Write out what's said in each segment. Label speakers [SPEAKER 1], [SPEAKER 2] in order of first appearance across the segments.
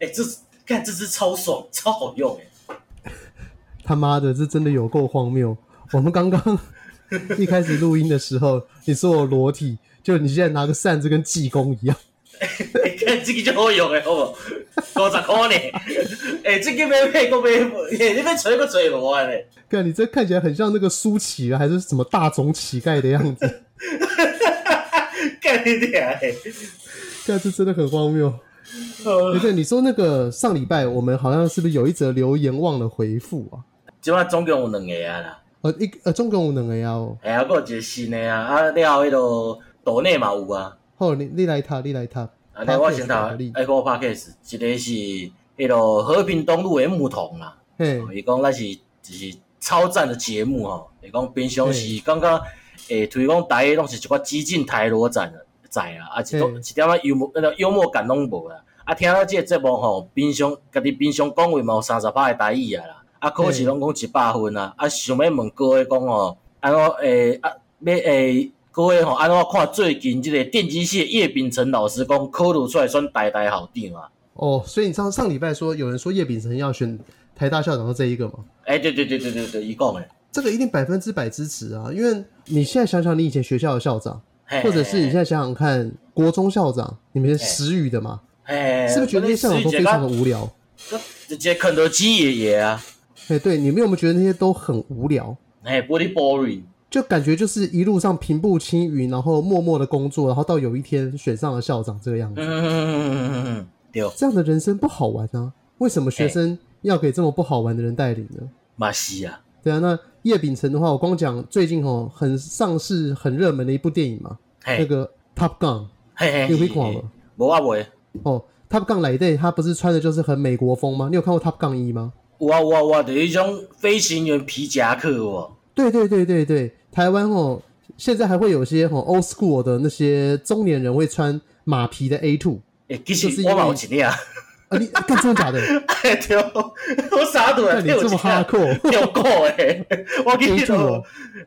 [SPEAKER 1] 哎、这看这支超爽，超好用哎、
[SPEAKER 2] 他妈的，这真的有够荒谬！我们刚刚一开始录音的时候，你说我裸体，就你现在拿个扇子跟济公一样，
[SPEAKER 1] 哎、看这个就好用诶，好无？五十块呢？哎、这个买买个买无，哎、你要揣个揣无啊嘞？
[SPEAKER 2] 看你这看起来很像那个苏乞啊，还是什么大总乞丐的样子，
[SPEAKER 1] 干你俩嘞！
[SPEAKER 2] 看这真的很荒谬。哎对对，你说那个上礼拜我们好像是不是有一则留言忘了回复啊？
[SPEAKER 1] 即摆总共有两个啊啦，
[SPEAKER 2] 呃，一呃，中共有两个啊哦，
[SPEAKER 1] 哎、还佫有一个新的啊，啊了后迄落岛内嘛有啊，
[SPEAKER 2] 好，哦你你来他，你来他，
[SPEAKER 1] 啊，那我先头
[SPEAKER 2] Podcast 你
[SPEAKER 1] Apple Podcast，一个是迄落和平东路的啊牧童啦。
[SPEAKER 2] 嘿，
[SPEAKER 1] 伊讲咱是就是超赞的节目吼，伊讲平常是感觉诶推广台语拢是一寡激进台罗展的在啊，啊一种
[SPEAKER 2] 嘿
[SPEAKER 1] 一点仔幽默那个幽默感拢无啦。啊，听到即个节目吼，平常家己平常讲话嘛有三十拍的台语啊啦，啊考试
[SPEAKER 2] 嘿
[SPEAKER 1] 拢讲一百分啊，啊想要问各位讲吼，安怎诶啊要诶各位吼安怎看最近即个电机系的叶秉成老师讲考虑出来选台台校长啊？
[SPEAKER 2] 哦，所以你上上礼拜说有人说叶秉成要选台大校长的这一个嘛？
[SPEAKER 1] 诶、对对对对对对，伊讲诶，
[SPEAKER 2] 这个一定百分之百支持啊！因为你现在想想，你以前学校的校长，
[SPEAKER 1] 嘿
[SPEAKER 2] 或者是你
[SPEAKER 1] 嘿
[SPEAKER 2] 现在想想看国中校长，你们时语的嘛，
[SPEAKER 1] 哎，
[SPEAKER 2] 是不是觉得那些校长都非常的无聊？
[SPEAKER 1] 直接肯德基爷爷啊？
[SPEAKER 2] 哎，对，你们有没有觉得那些都很无聊？
[SPEAKER 1] 哎，body boring，
[SPEAKER 2] 就感觉就是一路上平步青云，然后默默的工作，然后到有一天选上了校长这个样子，
[SPEAKER 1] 嗯，对，
[SPEAKER 2] 这样的人生不好玩啊！为什么学生要给这么不好玩的人带领呢？
[SPEAKER 1] 马西啊，
[SPEAKER 2] 对啊，那叶秉成的话，我光讲最近哦，很上市、很热门的一部电影嘛，那
[SPEAKER 1] 嘿，
[SPEAKER 2] 个《Top Gun
[SPEAKER 1] 嘿》，嘿，
[SPEAKER 2] 你有看吗？
[SPEAKER 1] 无啊袂，
[SPEAKER 2] 哦，《Top Gun》来对，他不是穿的就是很美国风吗？你有看过《Top Gun 一》吗？
[SPEAKER 1] 有啊有啊有啊，就是迄种飞行员皮夹克哦，
[SPEAKER 2] 对对对对对，台湾哦，现在还会有些哦 old school 的那些中年人会穿马皮的 A two
[SPEAKER 1] 哎，其
[SPEAKER 2] 就是
[SPEAKER 1] 实
[SPEAKER 2] 因为
[SPEAKER 1] 我嘛有一领，
[SPEAKER 2] 啊，你干真 的假的？
[SPEAKER 1] 哎对，我啥都
[SPEAKER 2] 那你这么哈扣，
[SPEAKER 1] 跳过诶，我去
[SPEAKER 2] A
[SPEAKER 1] 迄
[SPEAKER 2] two 哦
[SPEAKER 1] 落，，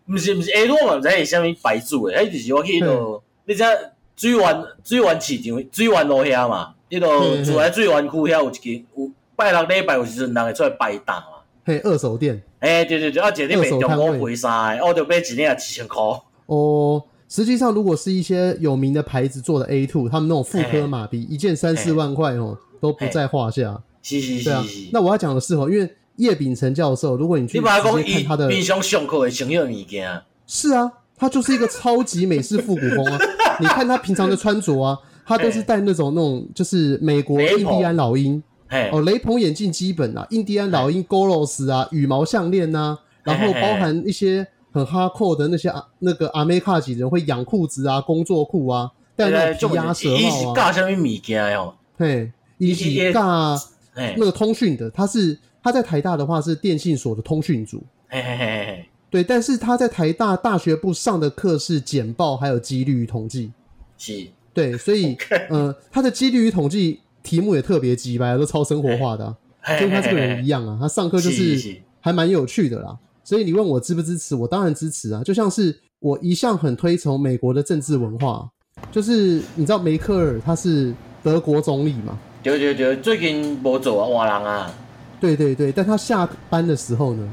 [SPEAKER 1] 毋是毋是，哎，我嘛毋知是啥物牌子诶，迄就是我去迄
[SPEAKER 2] 嗯
[SPEAKER 1] 落，你知影水湾水湾市场水湾路遐嘛，迄落
[SPEAKER 2] 嗯
[SPEAKER 1] 住喺水湾区遐有一间有拜六礼拜有时阵人会出来摆档嘛。
[SPEAKER 2] 嘿，二手店
[SPEAKER 1] 哎、对对对，啊，姐你卖中
[SPEAKER 2] 二手摊
[SPEAKER 1] 国
[SPEAKER 2] 位
[SPEAKER 1] 赔衫的，哦我就买一领七千箍。
[SPEAKER 2] 哦。实际上，如果是一些有名的牌子做的 A two，他们那种复
[SPEAKER 1] 哎
[SPEAKER 2] 刻马皮，一件三四万块哦，都不在话下。
[SPEAKER 1] 是是
[SPEAKER 2] 对啊
[SPEAKER 1] 是是，，
[SPEAKER 2] 那我要讲的是哦，因为叶秉成教授，如果你去
[SPEAKER 1] 你
[SPEAKER 2] 直
[SPEAKER 1] 把它讲
[SPEAKER 2] 接看
[SPEAKER 1] 伊
[SPEAKER 2] 他的
[SPEAKER 1] 平常上课的常用物件，
[SPEAKER 2] 是啊，他就是一个超级美式复古风 啊！你看他平常的穿着啊，他都是戴那种那种就是美国
[SPEAKER 1] 哎雷
[SPEAKER 2] 印
[SPEAKER 1] 朋
[SPEAKER 2] 第安老鹰
[SPEAKER 1] 嘿，
[SPEAKER 2] 哦，雷朋眼镜基本啊，印第安老鹰 Goros 啊，羽毛项链呐，然后
[SPEAKER 1] 嘿嘿嘿
[SPEAKER 2] 包含一些很哈扣的那些啊那个阿美卡几人会养裤子啊、工作裤啊，戴那种皮
[SPEAKER 1] 伊
[SPEAKER 2] 鸭
[SPEAKER 1] 是
[SPEAKER 2] 舌帽啊，
[SPEAKER 1] 教什么物件的吼？
[SPEAKER 2] 嘿，以
[SPEAKER 1] 一哎
[SPEAKER 2] 及
[SPEAKER 1] 些
[SPEAKER 2] 尬
[SPEAKER 1] 嘿，
[SPEAKER 2] 那个通讯的，他是他在台大的话是电信所的通讯组。
[SPEAKER 1] 嘿嘿嘿嘿，
[SPEAKER 2] 对，但是他在台大大学部上的课是简报，还有几率与统计。
[SPEAKER 1] 是，
[SPEAKER 2] 对，所 以呃，他的几率与统计题目也特别鸡掰，都超生活化的啊、
[SPEAKER 1] 嘿
[SPEAKER 2] 跟
[SPEAKER 1] 嘿
[SPEAKER 2] 他
[SPEAKER 1] 嘿
[SPEAKER 2] 这个人一
[SPEAKER 1] 嘿，
[SPEAKER 2] 样啊。他上课就是是
[SPEAKER 1] 哎是
[SPEAKER 2] 还蛮有趣的啦。所以你问我支不支持，我当然支持啊。就像是我一向很推崇美国的政治文化，就是你知道梅克尔他是德国总理嘛？
[SPEAKER 1] 对对对，最近无做啊，换人啊，
[SPEAKER 2] 对对对，但他下班的时候呢，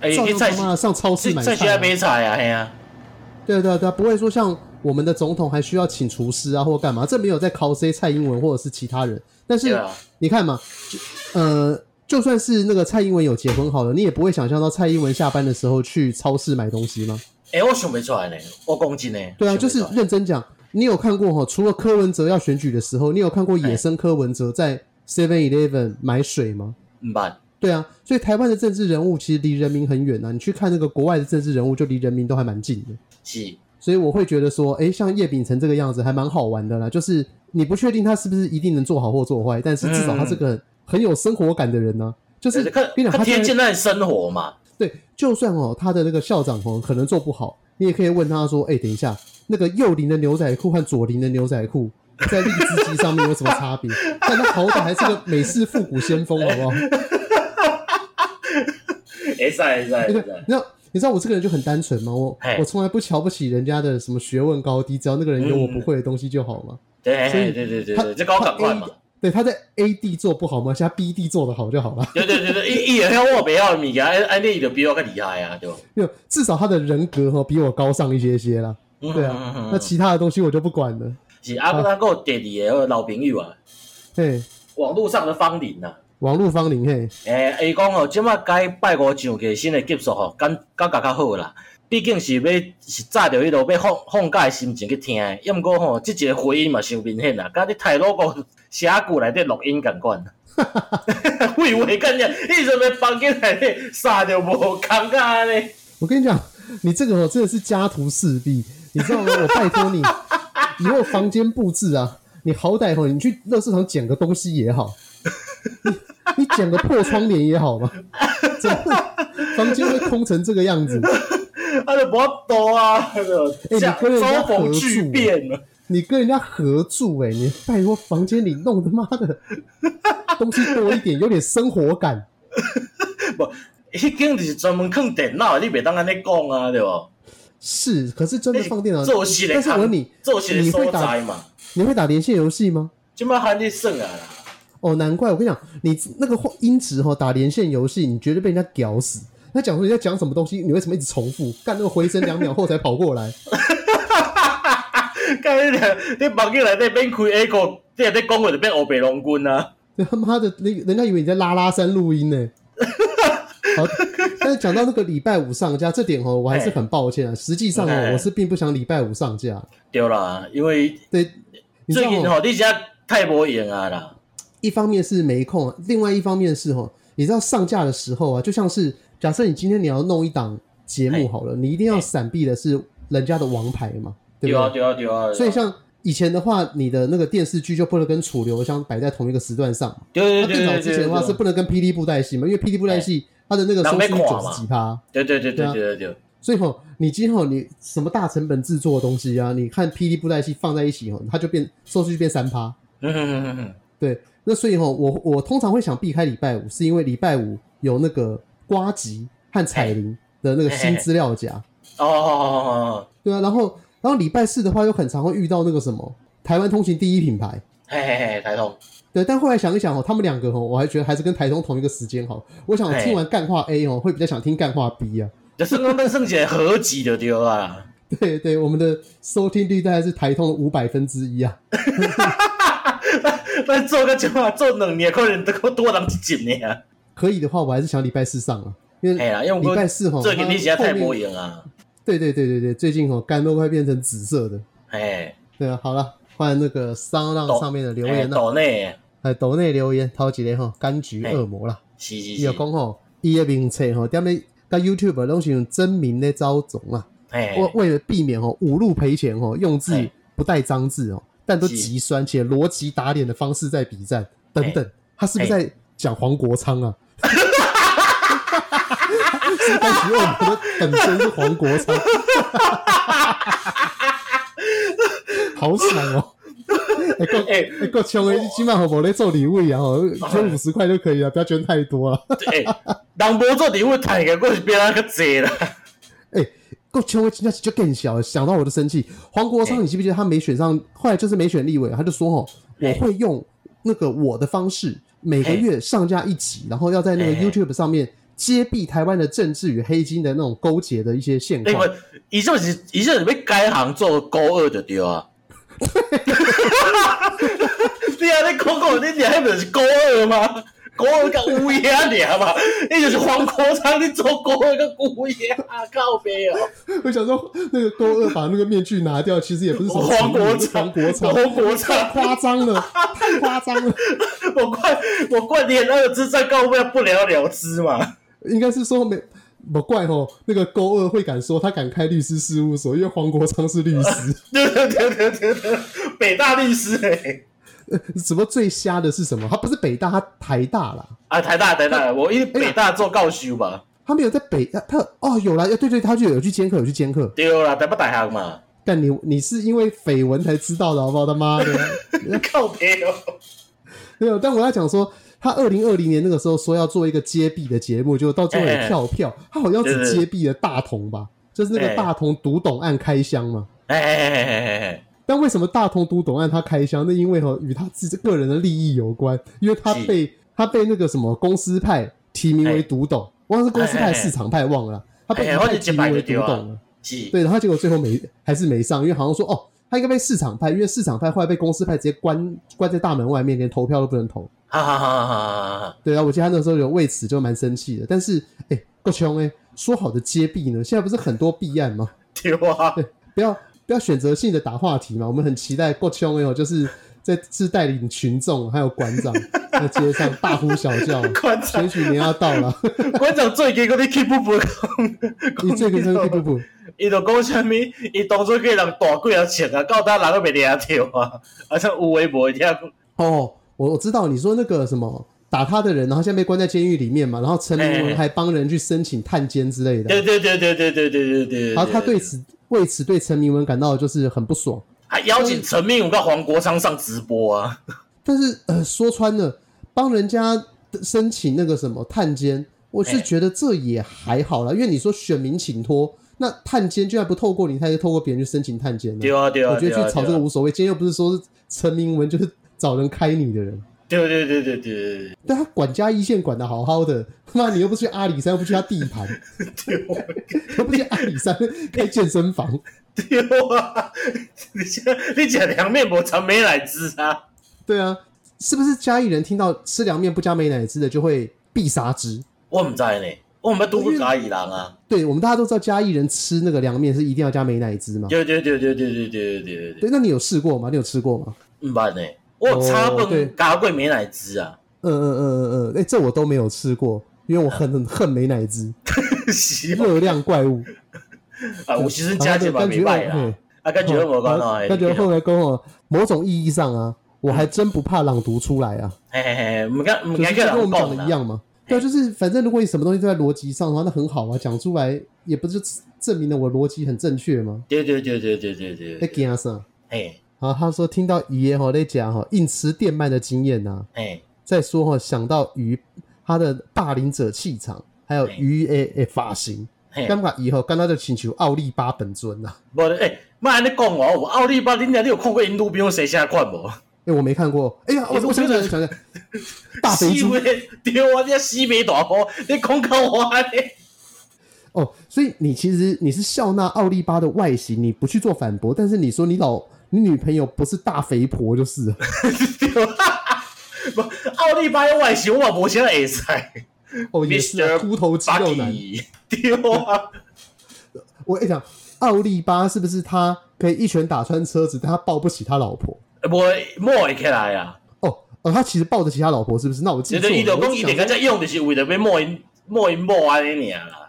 [SPEAKER 1] 哎、
[SPEAKER 2] 照
[SPEAKER 1] 去
[SPEAKER 2] 样
[SPEAKER 1] 菜
[SPEAKER 2] 他
[SPEAKER 1] 市
[SPEAKER 2] 妈的上超市
[SPEAKER 1] 去
[SPEAKER 2] 买
[SPEAKER 1] 菜市
[SPEAKER 2] 菜、
[SPEAKER 1] 来
[SPEAKER 2] 啊。
[SPEAKER 1] 买菜啊，嘿啊，
[SPEAKER 2] 对啊对啊对啊，不会说像我们的总统还需要请厨师啊或干嘛，这没有在 cos 蔡英文或者是其他人。但
[SPEAKER 1] 对
[SPEAKER 2] 是
[SPEAKER 1] 啊，
[SPEAKER 2] 你看嘛，就呃，就算是那个蔡英文有结婚好了，你也不会想象到蔡英文下班的时候去超市买东西吗？
[SPEAKER 1] 哎、我想袂出来呢，我讲真呢，
[SPEAKER 2] 对啊，
[SPEAKER 1] 想不
[SPEAKER 2] 就是
[SPEAKER 1] 出来
[SPEAKER 2] 认真讲，你有看过哈？除了柯文哲要选举的时候，你有看过野生柯文哲在 Seven Eleven 买水吗？
[SPEAKER 1] 毋捌，
[SPEAKER 2] 对啊，所以台湾的政治人物其实离人民很远啊。你去看那个国外的政治人物，就离人民都还蛮近的。
[SPEAKER 1] 是，
[SPEAKER 2] 所以我会觉得说，诶，像叶秉成这个样子还蛮好玩的啦。就是你不确定他是不是一定能做好或做坏，但
[SPEAKER 1] 嗯
[SPEAKER 2] 是至少他是个很,、有生活感的人呢、就是
[SPEAKER 1] 就是较
[SPEAKER 2] 跟你讲，
[SPEAKER 1] 较
[SPEAKER 2] 他
[SPEAKER 1] 贴
[SPEAKER 2] 虽
[SPEAKER 1] 近
[SPEAKER 2] 然
[SPEAKER 1] 咱的生活嘛，
[SPEAKER 2] 对，就算哦，他的那个校长哦可能做不好，你也可以问他说，诶，等一下，那个右邻的牛仔裤和左邻的牛仔裤 在荔枝鸡上面有什么差别？但他好歹还是个美式复古先锋， 好不好？
[SPEAKER 1] 会使会使会使，，
[SPEAKER 2] 那个那你知道我这个人就很单纯嘛，我
[SPEAKER 1] 嘿
[SPEAKER 2] 我从来不瞧不起人家的什么学问高低，只要那个人有我不会的东西就好嘛。
[SPEAKER 1] 对
[SPEAKER 2] 所以
[SPEAKER 1] 对对对
[SPEAKER 2] 他
[SPEAKER 1] 对，这跟我
[SPEAKER 2] 他
[SPEAKER 1] 同款
[SPEAKER 2] A
[SPEAKER 1] 嘛。
[SPEAKER 2] 对，他在 A 地做不好嘛，现在 B 地做的好就好了。
[SPEAKER 1] 对对对对，伊伊会晓我袂晓的物件，安安尼伊就比我较厉害啊，对吧？
[SPEAKER 2] 就至少他的人格哈比我高尚一些些啦。对啊，
[SPEAKER 1] 嗯嗯嗯嗯
[SPEAKER 2] 那其他的东西我就不管了。
[SPEAKER 1] 是啊，咱还有第二个老朋友啊，
[SPEAKER 2] 嘿，
[SPEAKER 1] 网络上的芳龄啊。
[SPEAKER 2] 网络芳龄嘿，
[SPEAKER 1] 诶，伊讲哦吼，即摆改拜五上课新的级数吼，感感觉较好啦。毕竟是要是早着迄落要放放假的心情去听的，要毋过吼，即一个回音嘛伤明显啦，甲你泰鲁国写句内底录音共款。废话干呀！你啊怎么房间内底啥着无啊尴尬呢？
[SPEAKER 2] 我跟你讲，你这个哦真的是家徒四壁，你知道吗？我拜托你，以后房间布置啊，你好歹哦，你去乐市场捡个东西也好，你你捡个破窗帘也好嘛，怎么会房间会空成这个样子？
[SPEAKER 1] 啊，就无法度啊，
[SPEAKER 2] 你
[SPEAKER 1] 这样
[SPEAKER 2] 跟人家
[SPEAKER 1] 遭逢
[SPEAKER 2] 合啊
[SPEAKER 1] 巨
[SPEAKER 2] 住
[SPEAKER 1] 变啊了。
[SPEAKER 2] 你跟人家合住哎、你拜托房间里弄他妈的 东西多一点，有点生活感。
[SPEAKER 1] 迄间就是专门放电脑的，你袂当安尼讲啊，对无？
[SPEAKER 2] 是，可是专门放电脑，
[SPEAKER 1] 做戏的
[SPEAKER 2] 但是我问你，
[SPEAKER 1] 做些
[SPEAKER 2] 你
[SPEAKER 1] 所
[SPEAKER 2] 会打
[SPEAKER 1] 在嘛，
[SPEAKER 2] 你会打连线游戏吗？
[SPEAKER 1] 即摆喊你耍啊啦。
[SPEAKER 2] 哦，难怪我跟你讲，你那个音质哈、哦，打连线游戏，你绝对被人家屌死。他讲说人家讲什么东西，你为什么一直重复？干那个回声两秒后才跑过来，
[SPEAKER 1] 干你俩，你房间内底免开 A 股，你在讲话就变黑白龙君啊！
[SPEAKER 2] 他妈的，那人家以为你在拉拉山录音呢。好，但是讲到那个礼拜五上架这点哦，我还是很抱歉啊。实际上哦，
[SPEAKER 1] 哎
[SPEAKER 2] 我是并不想礼拜五上架。
[SPEAKER 1] 对啦，因为
[SPEAKER 2] 对，你知
[SPEAKER 1] 最
[SPEAKER 2] 道
[SPEAKER 1] 近
[SPEAKER 2] 哦，
[SPEAKER 1] 吼，你遮太无闲啊啦。
[SPEAKER 2] 一方面是没空啊，另外一方面是哦，你知道上架的时候啊，就像是假设你今天你要弄一档节目好了，你一定要闪避的是人家的王牌嘛，对
[SPEAKER 1] 对啊，
[SPEAKER 2] 不对？
[SPEAKER 1] 对啊，对啊。
[SPEAKER 2] 所以像以前的话，你的那个电视剧就不能跟楚留香摆在同一个时段上嘛。
[SPEAKER 1] 对
[SPEAKER 2] 那
[SPEAKER 1] 对
[SPEAKER 2] 更早
[SPEAKER 1] 对对
[SPEAKER 2] 之前的话是
[SPEAKER 1] 对
[SPEAKER 2] 不能跟霹雳布袋戏嘛，因为霹雳布袋戏它的那个收视率
[SPEAKER 1] 人要看
[SPEAKER 2] 九
[SPEAKER 1] 嘛
[SPEAKER 2] 十几趴。
[SPEAKER 1] 对对对对
[SPEAKER 2] 啊
[SPEAKER 1] 对对对。
[SPEAKER 2] 所以吼，你今后你什么大成本制作的东西啊，你看霹雳布袋戏放在一起吼，哦它就变收视率变三趴，
[SPEAKER 1] 嗯嗯嗯嗯，
[SPEAKER 2] 对，那所以吼，我我通常会想避开礼拜五，是因为礼拜五有那个瓜吉和彩铃的那个新资料夹，
[SPEAKER 1] 哦哦哦哦，
[SPEAKER 2] 对啊，然后然后礼拜四的话，又很常会遇到那个什么台湾通勤第一品牌，
[SPEAKER 1] 嘿嘿嘿，台通，
[SPEAKER 2] 对，但后来想一想哦，他们两个哦，我还觉得还是跟台中同一个时间好。我想我听完干话 A 哦，会比较想听干话 B 啊。
[SPEAKER 1] 就算讲咱算一个合集就对啊啦。
[SPEAKER 2] 对对，我们的收听率大概是台通的五百分之一啊。
[SPEAKER 1] 咱做个即摆做两年，可能都多人一集尔。
[SPEAKER 2] 可以的话，我还是想礼拜四上啊，因
[SPEAKER 1] 嘿
[SPEAKER 2] 为
[SPEAKER 1] 啦，因为
[SPEAKER 2] 礼拜
[SPEAKER 1] 我
[SPEAKER 2] 四吼，
[SPEAKER 1] 最近你实在
[SPEAKER 2] 它
[SPEAKER 1] 太
[SPEAKER 2] 后面
[SPEAKER 1] 无闲啊。
[SPEAKER 2] 对对对对对，最近哦，干都快变成紫色的。
[SPEAKER 1] 嘿，
[SPEAKER 2] 对啊，好了，换那个商浪
[SPEAKER 1] 抖
[SPEAKER 2] 上面的留
[SPEAKER 1] 嘿
[SPEAKER 2] 言啊了。
[SPEAKER 1] 岛内
[SPEAKER 2] 哎，抖内留言，头一个吼，柑橘
[SPEAKER 1] 嘿
[SPEAKER 2] 恶魔啦，
[SPEAKER 1] 是哎是
[SPEAKER 2] 伊有
[SPEAKER 1] 是，
[SPEAKER 2] 讲吼，伊的名册吼，踮咧甲 YouTube 啊拢是用真名咧招总啊，
[SPEAKER 1] 嘿，
[SPEAKER 2] 为为了避免吼误入赔钱吼，用字
[SPEAKER 1] 嘿
[SPEAKER 2] 不带脏字哦，但都
[SPEAKER 1] 哎是
[SPEAKER 2] 极酸且逻辑打脸的方式在比战等
[SPEAKER 1] 哎
[SPEAKER 2] 等，他是不是在讲黄国昌啊？ 是柑橘恶魔的本身是黄国昌，好爽哦！哎、够
[SPEAKER 1] 哎
[SPEAKER 2] 哎够穷诶！你起码无咧做礼物 啊，吼，捐五十块就可以了，不要捐太多啊。
[SPEAKER 1] 哎、人无做礼物赚个，我是比人较济啦。
[SPEAKER 2] 够穷诶，真的是就更小了，想到我就生气。黄国昌，你记不记得他没选上，后来就是没选立委，他就说吼，我
[SPEAKER 1] 哎
[SPEAKER 2] 会用那个我的方式，每个
[SPEAKER 1] 哎
[SPEAKER 2] 月上架一集，然后要在那个
[SPEAKER 1] 哎
[SPEAKER 2] YouTube 上面揭弊台湾的政治与黑金的那种勾结的一些现
[SPEAKER 1] 那
[SPEAKER 2] 况。
[SPEAKER 1] 个伊就是伊就是要改行做高二就对 啊。你安尼讲讲，你还不是高二吗？高二甲乌鸦尔嘛，你就是黄国昌，你做高二甲乌鸦靠背 哦。
[SPEAKER 2] 我想说，那个勾二把那个面具拿掉，其实也不是什么
[SPEAKER 1] 黄国
[SPEAKER 2] 是黄
[SPEAKER 1] 昌，
[SPEAKER 2] 国昌，
[SPEAKER 1] 黄国
[SPEAKER 2] 太
[SPEAKER 1] 昌，
[SPEAKER 2] 夸张了，太夸张了。
[SPEAKER 1] 我怪我怪连二之战告不了不了了之嘛。
[SPEAKER 2] 应该是说没不怪吼，那个勾二会敢说他敢开律师事务所，因为黄国昌是律师。
[SPEAKER 1] 对对对对对对，北大律师哎、
[SPEAKER 2] 什么最瞎的是什么？他不是北大，他台大啦，
[SPEAKER 1] 啊，台大台大，我一北大做告修吧，
[SPEAKER 2] 他没有在北，他他哦有啦，对对，他就有去兼课，有去兼课。
[SPEAKER 1] 对啦，台北大学嘛，
[SPEAKER 2] 但你你是因为绯闻才知道的，好不好？他妈的，
[SPEAKER 1] 靠北哦，
[SPEAKER 2] 没有。但我要讲说，他二零二零年那个时候说要做一个接币的节目，就到最后也跳票，他好像只接币了大同吧，就是那个大同读懂案开箱嘛。
[SPEAKER 1] 哎哎哎哎哎，
[SPEAKER 2] 但为什么大通都懂案他开箱？那因为哈与他自己个人的利益有关，因为他
[SPEAKER 1] 是
[SPEAKER 2] 被他被那个什么公司派提名为
[SPEAKER 1] 哎
[SPEAKER 2] 独董，忘了是公司
[SPEAKER 1] 哎哎
[SPEAKER 2] 派
[SPEAKER 1] 哎
[SPEAKER 2] 市场派忘了啦，他被
[SPEAKER 1] 哎
[SPEAKER 2] 一
[SPEAKER 1] 我
[SPEAKER 2] 派
[SPEAKER 1] 就
[SPEAKER 2] 提
[SPEAKER 1] 一摆
[SPEAKER 2] 名为
[SPEAKER 1] 就
[SPEAKER 2] 独
[SPEAKER 1] 对啊
[SPEAKER 2] 董了。
[SPEAKER 1] 是，
[SPEAKER 2] 对，然后结果最后没还是没上，因为好像说哦，他应该被市场派，因为市场派后来被公司派直接关关在大门外面，连投票都不能投。
[SPEAKER 1] 哈哈哈哈哈哈！
[SPEAKER 2] 对啊，我记得他那时候有为此就蛮生气的。但是哎，够穷哎，说好的揭弊呢？现在不是很多弊案吗？
[SPEAKER 1] 对啊，
[SPEAKER 2] 不要不要选择性的打话题嘛，我们很期待够穷哎，就是在是带领群众还有馆长在街上大呼小叫，
[SPEAKER 1] 馆长
[SPEAKER 2] 选，举年要到 了，
[SPEAKER 1] 馆长最近嗰啲 keep 不
[SPEAKER 2] 你
[SPEAKER 1] 讲，
[SPEAKER 2] 最个真的
[SPEAKER 1] 讲
[SPEAKER 2] 不不，
[SPEAKER 1] 伊就讲啥物，伊当初给人大几啊钱啊，到今人都袂听着啊，好像有诶无诶听过，
[SPEAKER 2] 哦，我我知道你说那个什么打他的人，然后现在被关在监狱里面嘛，然后陈明
[SPEAKER 1] 哎哎
[SPEAKER 2] 文
[SPEAKER 1] 哎
[SPEAKER 2] 还帮人去申请探监之类
[SPEAKER 1] 对
[SPEAKER 2] 的，
[SPEAKER 1] 对对对对对对对对。
[SPEAKER 2] 啊然后他对此为此对陈明文感到就是很不爽，
[SPEAKER 1] 还啊邀请陈明勇跟黄国昌上直播啊，
[SPEAKER 2] 但是呃说穿了，帮人家申请那个什么探监，我是
[SPEAKER 1] 哎
[SPEAKER 2] 觉得这也还好啦，因为你说选民请托，那探监居然不透过你，他就透过别人去申请探监了
[SPEAKER 1] 对，啊对啊，
[SPEAKER 2] 我觉
[SPEAKER 1] 对
[SPEAKER 2] 得
[SPEAKER 1] 啊
[SPEAKER 2] 去吵这个
[SPEAKER 1] 对啊
[SPEAKER 2] 无所谓，今天又不是说是陈明文就是找人开你的人。
[SPEAKER 1] 对对对对对对
[SPEAKER 2] 但他管家一线管的好好的，他妈你又不去阿里山，又不去他地 盘， 又不去阿里山开健身房，
[SPEAKER 1] 对对啊！你这你讲凉面无尝美乃滋啊？
[SPEAKER 2] 对啊，是不是嘉义人听到吃凉面不加美乃滋的就会必杀之？
[SPEAKER 1] 我唔知道呢，我唔捌拄过嘉义人啊。
[SPEAKER 2] 对，我们大家都知道嘉义人吃那个凉面是一定要加美乃滋嘛。
[SPEAKER 1] 对对对对对对对对对
[SPEAKER 2] 对，
[SPEAKER 1] 对，
[SPEAKER 2] 那你有试过吗？你有吃过吗？
[SPEAKER 1] 唔捌呢。我有炒
[SPEAKER 2] 哦对
[SPEAKER 1] 饭加过美乃滋啊，
[SPEAKER 2] 嗯嗯嗯嗯嗯，哎、这我都没有吃过，因为我很很恨美乃滋，
[SPEAKER 1] 是
[SPEAKER 2] 热量怪 物。
[SPEAKER 1] 啊，有时阵加一嘛
[SPEAKER 2] 感
[SPEAKER 1] 袂
[SPEAKER 2] 觉
[SPEAKER 1] 歹啦
[SPEAKER 2] 嗯，
[SPEAKER 1] 啊，感觉无讲哦，
[SPEAKER 2] 感觉
[SPEAKER 1] 嘿
[SPEAKER 2] 后来跟我某种意义上啊，我还真不怕朗读出来啊。
[SPEAKER 1] 嘿嘿，唔敢唔
[SPEAKER 2] 可
[SPEAKER 1] 敢
[SPEAKER 2] 是
[SPEAKER 1] 叫
[SPEAKER 2] 就跟我
[SPEAKER 1] 人讲
[SPEAKER 2] 们讲的
[SPEAKER 1] 啦
[SPEAKER 2] 一。样嘛。对啊，就是反正如果你什么东西都在逻辑上的话，那很好啊，讲出来也不是证明了我逻辑很正确吗？
[SPEAKER 1] 对对对对对对对
[SPEAKER 2] 在
[SPEAKER 1] 对，
[SPEAKER 2] 惊啥？
[SPEAKER 1] 嘿
[SPEAKER 2] 然后他说听到鱼也好在讲哈硬吃电鳗的经验呐、啊
[SPEAKER 1] 嘿，
[SPEAKER 2] 再说哈想到鱼他的霸凌者气场，还有
[SPEAKER 1] 嘿
[SPEAKER 2] 鱼诶诶发型，
[SPEAKER 1] 嘿。
[SPEAKER 2] 感觉以后刚刚就请求奥利巴本尊呐、啊。
[SPEAKER 1] 无诶，莫安尼讲哦，有奥利巴，恁娘你有看过因女朋友生啥款无？
[SPEAKER 2] 哎、我没看过。哎呀，我我想起来了想起来了， 大肥
[SPEAKER 1] 死
[SPEAKER 2] 猪
[SPEAKER 1] 妹对啊，你死妹大哥，你讲到我安尼，
[SPEAKER 2] 哦，所以你其实你是笑纳奥利巴的外形，你不去做反驳，但是你说你老你女朋友不是大肥婆就是了，
[SPEAKER 1] 对啊。不，奥利巴的外形我嘛无啥会使，
[SPEAKER 2] 哦也是啊
[SPEAKER 1] Mr.
[SPEAKER 2] 秃头肌
[SPEAKER 1] 巴
[SPEAKER 2] 肉男。
[SPEAKER 1] 基对啊，
[SPEAKER 2] 我跟你讲，奥利巴是不是他可以一拳打穿车子，但他抱不起他老婆？
[SPEAKER 1] 无摸会起来啊。
[SPEAKER 2] 哦哦，他其实抱得起他老婆是不是？那我记
[SPEAKER 1] 就
[SPEAKER 2] 错
[SPEAKER 1] 是伊就
[SPEAKER 2] 了。我
[SPEAKER 1] 讲
[SPEAKER 2] 只
[SPEAKER 1] 伊
[SPEAKER 2] 想
[SPEAKER 1] 伫
[SPEAKER 2] 说
[SPEAKER 1] 个遮用，就是为了要摸因摸因某安尼尔啦。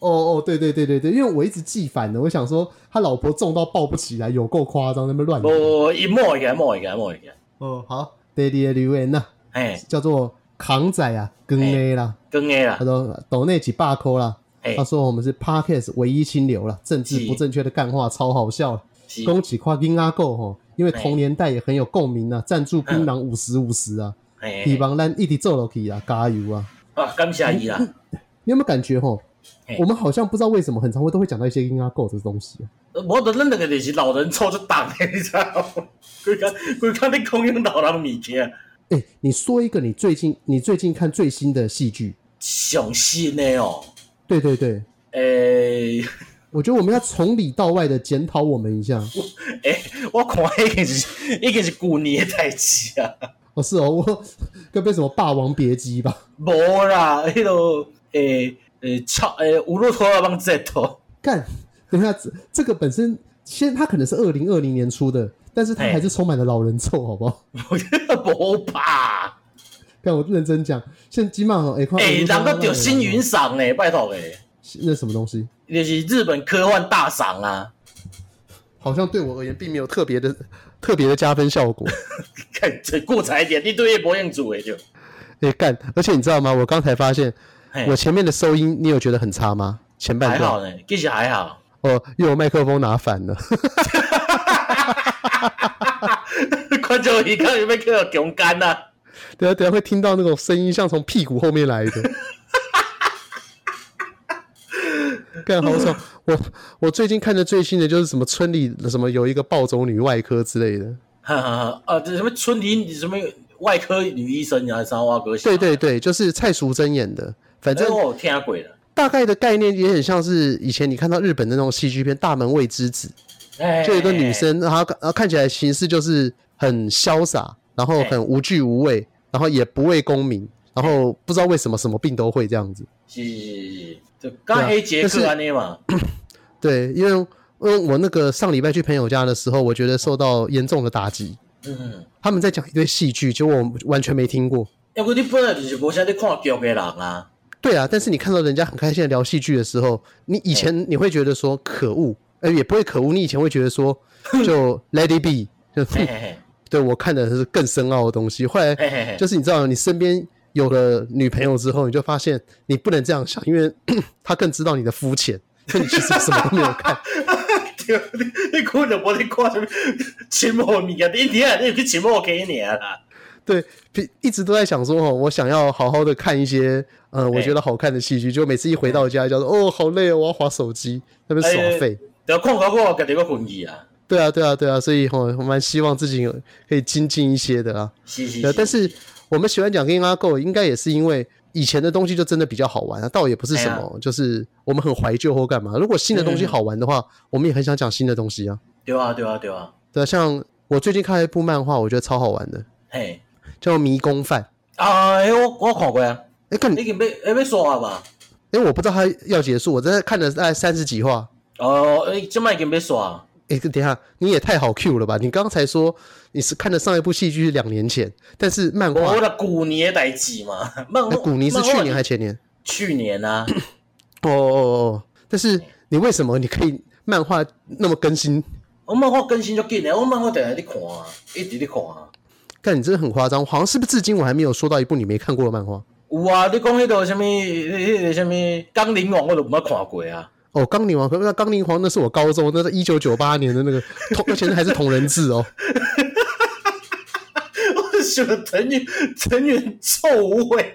[SPEAKER 2] 哦哦，对对对对对，因为我一直记反了，我想说他老婆重到抱不起来，有够夸张，那么乱讲。
[SPEAKER 1] 无伊摸会起来，摸会起来，摸会起来。
[SPEAKER 2] 哦，好，Daddy 的留言呐，
[SPEAKER 1] 嘿，
[SPEAKER 2] 啊叫做扛仔啊，跟
[SPEAKER 1] 哎
[SPEAKER 2] A 啦，
[SPEAKER 1] 光诶啦
[SPEAKER 2] 他，说抖内几把扣啦。
[SPEAKER 1] 嘿
[SPEAKER 2] 他，说我们是 Parkes 唯一清流了，政治
[SPEAKER 1] 哎是
[SPEAKER 2] 不正确的干话超好笑，
[SPEAKER 1] 是，哎
[SPEAKER 2] 恭喜跨金阿够吼，因为
[SPEAKER 1] 嘿
[SPEAKER 2] 同年代也很有共鸣啊，赞
[SPEAKER 1] 嗯
[SPEAKER 2] 助槟榔五十五十啊，
[SPEAKER 1] 嘿
[SPEAKER 2] 希
[SPEAKER 1] 嘿，
[SPEAKER 2] 望咱一直做落去啊，加油啊！
[SPEAKER 1] 啊，感谢伊啦，
[SPEAKER 2] 你有没有感觉吼
[SPEAKER 1] 嘿？
[SPEAKER 2] 我们好像不知道为什么，很常会都会讲到一些英阿够的东西啊。
[SPEAKER 1] 无就咱两个就是老人臭就重诶，你知道吗？规工规工咧讲用老人物件，
[SPEAKER 2] 哎，你说一个你最近你最近看最新的戏剧？
[SPEAKER 1] 上新诶哦，
[SPEAKER 2] 对对对，
[SPEAKER 1] 诶、
[SPEAKER 2] 我觉得我们要从里到外的检讨我们一下。
[SPEAKER 1] 诶、我看迄个是已经是旧年诶代志啊，
[SPEAKER 2] 哦，是哦，我 该被什么《霸王别姬》吧？
[SPEAKER 1] 无啦，迄、落诶诶超诶无路拖拉帮这头，
[SPEAKER 2] 干，等一下，这这个本身先，它可能是二零二零年出的，但是它
[SPEAKER 1] 哎
[SPEAKER 2] 还是充满了老人臭，好不好？
[SPEAKER 1] 无吧？
[SPEAKER 2] 看我认真讲，现金嘛，哎、快
[SPEAKER 1] 诶、
[SPEAKER 2] 50
[SPEAKER 1] 人个
[SPEAKER 2] 万
[SPEAKER 1] 得星云
[SPEAKER 2] 了
[SPEAKER 1] 赏诶，拜托诶，
[SPEAKER 2] 那什么东西，
[SPEAKER 1] 就是日本科幻大赏啊，
[SPEAKER 2] 好像对我而言并没有特别的 特别的加分效果。
[SPEAKER 1] 看这过彩一点，你对也无兴趣诶就，
[SPEAKER 2] 哎、干，而且你知道吗？我刚才发现
[SPEAKER 1] 嘿
[SPEAKER 2] 我前啊面的收音，你有觉得很差吗？前半
[SPEAKER 1] 哎还
[SPEAKER 2] 段
[SPEAKER 1] 好呢，其实还好。
[SPEAKER 2] 哦，又有麦克风拿反了。
[SPEAKER 1] 观众一看有没有看到强奸啊？
[SPEAKER 2] 等一下等一下会听到那种声音，像从屁股后面来的。干好爽！我我最近看的最新的就是什么村里什么有一个暴走女外科之类的，
[SPEAKER 1] 哈哈哈，啊，这什么村里什么外科女医生啊，啥话歌？
[SPEAKER 2] 对对，对，就是蔡淑珍演的。反
[SPEAKER 1] 这
[SPEAKER 2] 正
[SPEAKER 1] 我有哎听过了。
[SPEAKER 2] 大概的概念也很像是以前你看到日本的那种戏剧片《大门未知子》，
[SPEAKER 1] 哎，
[SPEAKER 2] 就有一个女生，然后然后看起来形式就是很潇洒，然后很无惧无畏，然后也不畏功名，然后不知道为什么什么病都会这样子。
[SPEAKER 1] 是，是是是，就
[SPEAKER 2] 啊
[SPEAKER 1] 刚 A 杰克安尼嘛，
[SPEAKER 2] 对，因为因为我那个上礼拜去朋友家的时候，我觉得受到严重的打击。
[SPEAKER 1] 嗯，
[SPEAKER 2] 他们在讲一堆戏剧，结果我完全没听过。
[SPEAKER 1] 要不你本来就是无啥咧看剧的人 啊，
[SPEAKER 2] 对啊，但是你看到人家很开心的聊戏剧的时候，你以前你会觉得说可恶，呃，也不会可恶，你以前会觉得说就 Let it be，就
[SPEAKER 1] 嘿嘿嘿
[SPEAKER 2] 对我看的是更深奥的东西。后来
[SPEAKER 1] 嘿嘿嘿，
[SPEAKER 2] 就是你知道，你身边有了女朋友之后，你就发现你不能这样想，因为 她更知道你的肤浅，所以你其实什么都没有看。
[SPEAKER 1] 对，你你根本无咧看什么深奥物件，你听你去深奥给你啊啦，
[SPEAKER 2] 对，比一直都在想说哦，我想要好好的看一些呃，我
[SPEAKER 1] 对
[SPEAKER 2] 觉得好看的戏剧，就每次一回到家，就说哦，好累哦，我要划手机，那边
[SPEAKER 1] 哎
[SPEAKER 2] 耍废。
[SPEAKER 1] 就看到我家己个困去啊，
[SPEAKER 2] 对啊，对啊，对啊，所以吼，我蛮希望自己有可以精进一些的啦。
[SPEAKER 1] 是是
[SPEAKER 2] 对啊，
[SPEAKER 1] 是，
[SPEAKER 2] 但是我们喜欢讲跟阿狗，应该也是因为以前的东西就真的比较好玩啊，倒也不是什
[SPEAKER 1] 哎嗯
[SPEAKER 2] 么，就是我们很怀旧或干嘛。如果新的东西好玩的话，我们也很想讲新的东西啊。
[SPEAKER 1] 对啊对啊对啊，
[SPEAKER 2] 对啊，像我最近看了一部漫画，我觉得超好玩的，
[SPEAKER 1] 嘿，
[SPEAKER 2] 叫《迷宫饭》。
[SPEAKER 1] 啊，哎我我看过啊，
[SPEAKER 2] 哎，看你，
[SPEAKER 1] 已经要哎要刷啊吧，
[SPEAKER 2] 哎，我不知道它要结束，我在看了大概三十几话。
[SPEAKER 1] 哦，哎，即摆已经要刷啊，
[SPEAKER 2] 哎，等一下，你也太好 Q 了吧！你刚才说你是看的上一部戏剧是两年前，但是漫画
[SPEAKER 1] 我的古年代志嘛，漫
[SPEAKER 2] 那古尼 是去年还
[SPEAKER 1] 还
[SPEAKER 2] 前年？
[SPEAKER 1] 去年啊，
[SPEAKER 2] 哦哦哦！但是你为什么你可以漫画那么更新？
[SPEAKER 1] 我漫画更新就紧诶，我漫画定定咧看啊，一直咧看啊。
[SPEAKER 2] 但你真的很夸张，好像是不是至今我还没有说到一部你没看过的漫画？
[SPEAKER 1] 有啊，你讲迄个什物，迄个什物《江陵王》，我都毋捌看过啊。
[SPEAKER 2] 哦，《钢铃王》可那《钢铃王》那是我高中，那是一九九八年的那个同，而且那还是同人志哦。
[SPEAKER 1] 我想藤原藤原臭味，